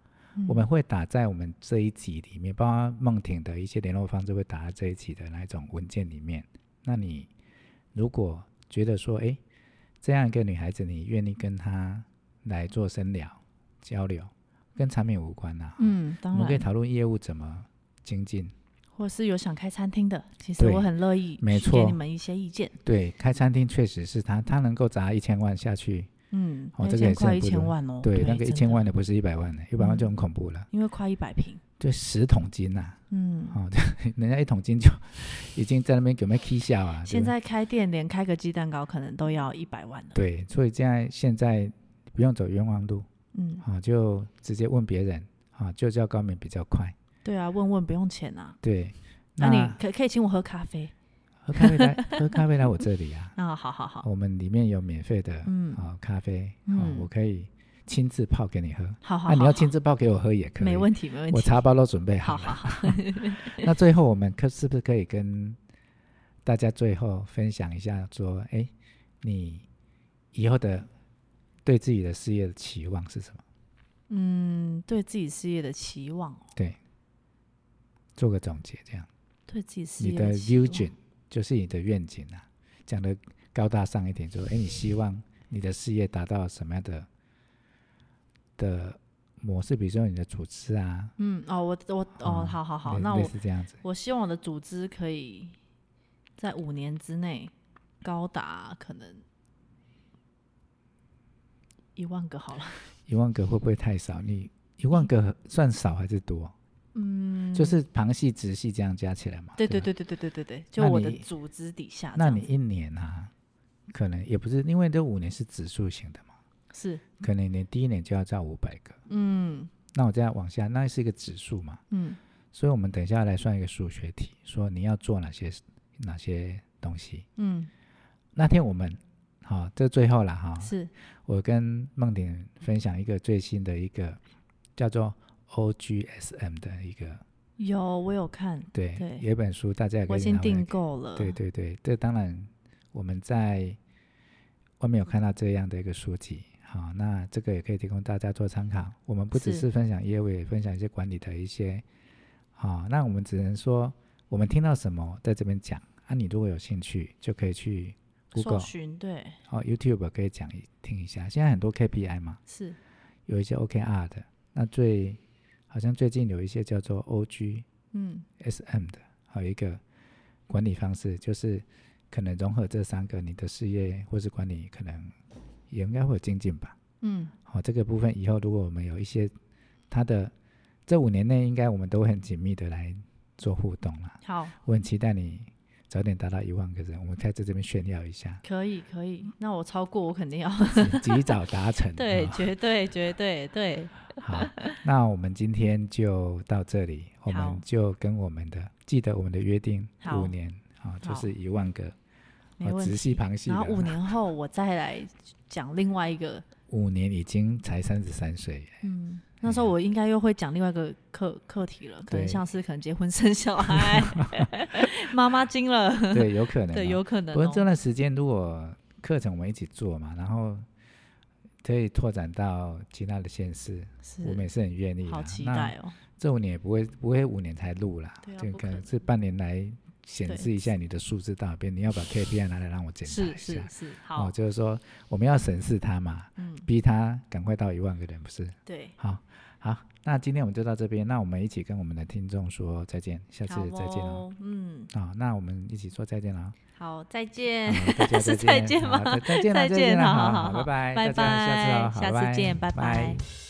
Speaker 1: 我们会打在我们这一集里面，包括梦婷的一些联络方式会打在这一集的那一种文件里面。那你如果觉得说，诶，这样一个女孩子，你愿意跟她来做深聊交流，跟产品无关呐、啊，
Speaker 2: 嗯，
Speaker 1: 我
Speaker 2: 当
Speaker 1: 们可以
Speaker 2: 然，
Speaker 1: 讨论业务怎么精进。
Speaker 2: 或是有想开餐厅的，其实
Speaker 1: 对
Speaker 2: 我很乐意
Speaker 1: 没
Speaker 2: 去
Speaker 1: 错
Speaker 2: 给你们一些意见。
Speaker 1: 对，开餐厅确实是她，她能够砸一千万下去，
Speaker 2: 嗯，
Speaker 1: 哦
Speaker 2: 那
Speaker 1: 这个
Speaker 2: 间
Speaker 1: 也是
Speaker 2: 快
Speaker 1: 很
Speaker 2: 一
Speaker 1: 不
Speaker 2: 千
Speaker 1: 容易
Speaker 2: 万哦，
Speaker 1: 对，那个一
Speaker 2: 真
Speaker 1: 千
Speaker 2: 的嗯
Speaker 1: 万的，不是一百万的，一百万就很恐怖了，
Speaker 2: 因为快一百平，
Speaker 1: 对，十桶金呐、
Speaker 2: 嗯。
Speaker 1: 哦，对， (laughs) 人家一桶金就已经在那边给我们 K 笑啊，对
Speaker 2: 现
Speaker 1: 不对
Speaker 2: 在开店连开个鸡蛋糕可能都要一百万了，
Speaker 1: 对，所以现在现在不用走冤枉路
Speaker 2: 嗯，
Speaker 1: 啊，就直接问别人啊，就叫高明比较快。
Speaker 2: 对啊，问问不用钱啊。
Speaker 1: 对，
Speaker 2: 那你可可以请我喝咖啡
Speaker 1: 喝咖啡来喝咖啡来我这里啊，
Speaker 2: 啊？好好好，
Speaker 1: 我们里面有免费的
Speaker 2: 嗯，
Speaker 1: 啊咖啡，啊
Speaker 2: 嗯，
Speaker 1: 我可以亲自泡给你喝。
Speaker 2: 好好
Speaker 1: 啊，
Speaker 2: 好，
Speaker 1: 你要
Speaker 2: 好
Speaker 1: 亲自泡给我喝也可以，
Speaker 2: 没问题没问题，
Speaker 1: 我茶包都准备
Speaker 2: 好
Speaker 1: 好
Speaker 2: 好
Speaker 1: 了。
Speaker 2: 好，
Speaker 1: 那最后我们可是不是可以跟大家最后分享一下说，哎，你以后的对自己的事业的期望是什么？
Speaker 2: 嗯，对自己事业的期望哦，
Speaker 1: 做个总结，这样。
Speaker 2: 对自己事
Speaker 1: 你
Speaker 2: 业
Speaker 1: 的
Speaker 2: 期望
Speaker 1: vision 就是你的愿景啊，讲的高大上一点，就是哎，诶你希望你的事业达到什么样的的模式？比如说你的组织啊，
Speaker 2: 嗯，哦，我我哦，
Speaker 1: 嗯
Speaker 2: 好好好，
Speaker 1: 类
Speaker 2: 那
Speaker 1: 类
Speaker 2: 我
Speaker 1: 似这样子，
Speaker 2: 我希望我的组织可以在五年之内高达可能一万个好了，
Speaker 1: 一万个会不会太少？你一万个算少还是多？
Speaker 2: 嗯，
Speaker 1: 就是旁系、直系这样加起来嘛。
Speaker 2: 对对
Speaker 1: 对吧。
Speaker 2: 对对对对对对，就
Speaker 1: 那
Speaker 2: 我的
Speaker 1: 你
Speaker 2: 组织底下这
Speaker 1: 那
Speaker 2: 样
Speaker 1: 你
Speaker 2: 子，
Speaker 1: 一年啊，可能也不是，因为这五年是指数型的嘛，
Speaker 2: 是
Speaker 1: 可能你第一年就要到五百个，
Speaker 2: 嗯
Speaker 1: 那我再往下，那是一个指数嘛。
Speaker 2: 嗯
Speaker 1: 所以我们等一下来算一个数学题，说你要做哪些哪些东西。
Speaker 2: 嗯
Speaker 1: 那天我们好、这最后了哈、
Speaker 2: 是
Speaker 1: 我跟梦鼎分享一个最新的一个叫做 OGSM 的一个
Speaker 2: 有我有看，
Speaker 1: 对，
Speaker 2: 对
Speaker 1: 有一本书大家也可
Speaker 2: 我
Speaker 1: 以
Speaker 2: 已经
Speaker 1: 拿回来
Speaker 2: 订
Speaker 1: 看。
Speaker 2: 购了，
Speaker 1: 对对对，这当然我们在外面有看到这样的一个书籍。好，那这个也可以提供大家做参考。我们不只
Speaker 2: 是
Speaker 1: 是分享业务，也分享一些管理的一些好、那我们只能说我们听到什么在这边讲啊，你如果有兴趣就可以去
Speaker 2: 搜
Speaker 1: Google
Speaker 2: 寻对
Speaker 1: 哦 YouTube 可以讲一听一下，现在很多 KPI 嘛，
Speaker 2: 是
Speaker 1: 有一些 OKR 的，那最好像最近有一些叫做 OG
Speaker 2: 嗯
Speaker 1: SM 的，还有一个管理方式，就是可能融合这三个，你的事业或是管理可能也应该会有精进吧。
Speaker 2: 嗯
Speaker 1: 好、这个部分以后如果我们有一些它的这五年内，应该我们都会很紧密的来做互动啦。
Speaker 2: 好，
Speaker 1: 我很期待你早点达到一万个人，我们可以在这边炫耀一下
Speaker 2: (laughs) 可以可以，那我超过我肯定要 (laughs)
Speaker 1: 及及早达成。
Speaker 2: 对
Speaker 1: 啊
Speaker 2: 绝对绝对对，
Speaker 1: 好，那我们今天就到这里，我
Speaker 2: 好
Speaker 1: 们就跟我们的记得我们的约定，
Speaker 2: 好
Speaker 1: 五年啊、就
Speaker 2: 好
Speaker 1: 是一万个，
Speaker 2: 没
Speaker 1: 哦，
Speaker 2: 问
Speaker 1: 直
Speaker 2: 题。
Speaker 1: 系旁系
Speaker 2: 然
Speaker 1: 的
Speaker 2: 后，五年后我再来讲另外一个，
Speaker 1: 五年已经才三十三
Speaker 2: (laughs)
Speaker 1: 岁耶，
Speaker 2: 嗯，那时候我应该又会讲另外一个课课题了，可能
Speaker 1: 对
Speaker 2: 像是可能结婚生
Speaker 1: (laughs)
Speaker 2: 小孩，妈妈经了，
Speaker 1: 对，有可能、
Speaker 2: (laughs) 对，有。可能、
Speaker 1: 不过这
Speaker 2: 哦。
Speaker 1: 段时间如果课程我们一起做嘛，然后可以拓展到其他的县市，我们
Speaker 2: 是，
Speaker 1: 也是很愿意啦。啊
Speaker 2: 好期
Speaker 1: 那
Speaker 2: 待哦。
Speaker 1: 这五年也不会不会五年才录啦，
Speaker 2: 对啊
Speaker 1: 就
Speaker 2: 不
Speaker 1: 可
Speaker 2: 可
Speaker 1: 能
Speaker 2: 能
Speaker 1: 是半年来显
Speaker 2: 对
Speaker 1: 示一下你的数字到哪边，你要把 KPI 拿来让我检查
Speaker 2: 是
Speaker 1: 一
Speaker 2: 是
Speaker 1: 下。
Speaker 2: 是，好
Speaker 1: 哦，，就是说我们要审视他嘛，
Speaker 2: 嗯，
Speaker 1: 逼他赶快到一万个人，不是？
Speaker 2: 对，
Speaker 1: 好，好，那今天我们就到这边，那我们一起跟我们的听众说再见，下次
Speaker 2: 好
Speaker 1: 再见哦。
Speaker 2: 哦，嗯，
Speaker 1: 好、那我们一起说再见了哦。
Speaker 2: 好，
Speaker 1: (laughs)
Speaker 2: 再见，
Speaker 1: 好大家
Speaker 2: 嗯 (laughs) 是
Speaker 1: 再
Speaker 2: 再见
Speaker 1: 好
Speaker 2: 吗
Speaker 1: 再再见了，
Speaker 2: (laughs)
Speaker 1: 再
Speaker 2: 再见
Speaker 1: 见了，好
Speaker 2: 好好好
Speaker 1: 拜拜，
Speaker 2: 拜
Speaker 1: 大家下次哦
Speaker 2: 拜
Speaker 1: 好，
Speaker 2: 下次见拜拜
Speaker 1: 拜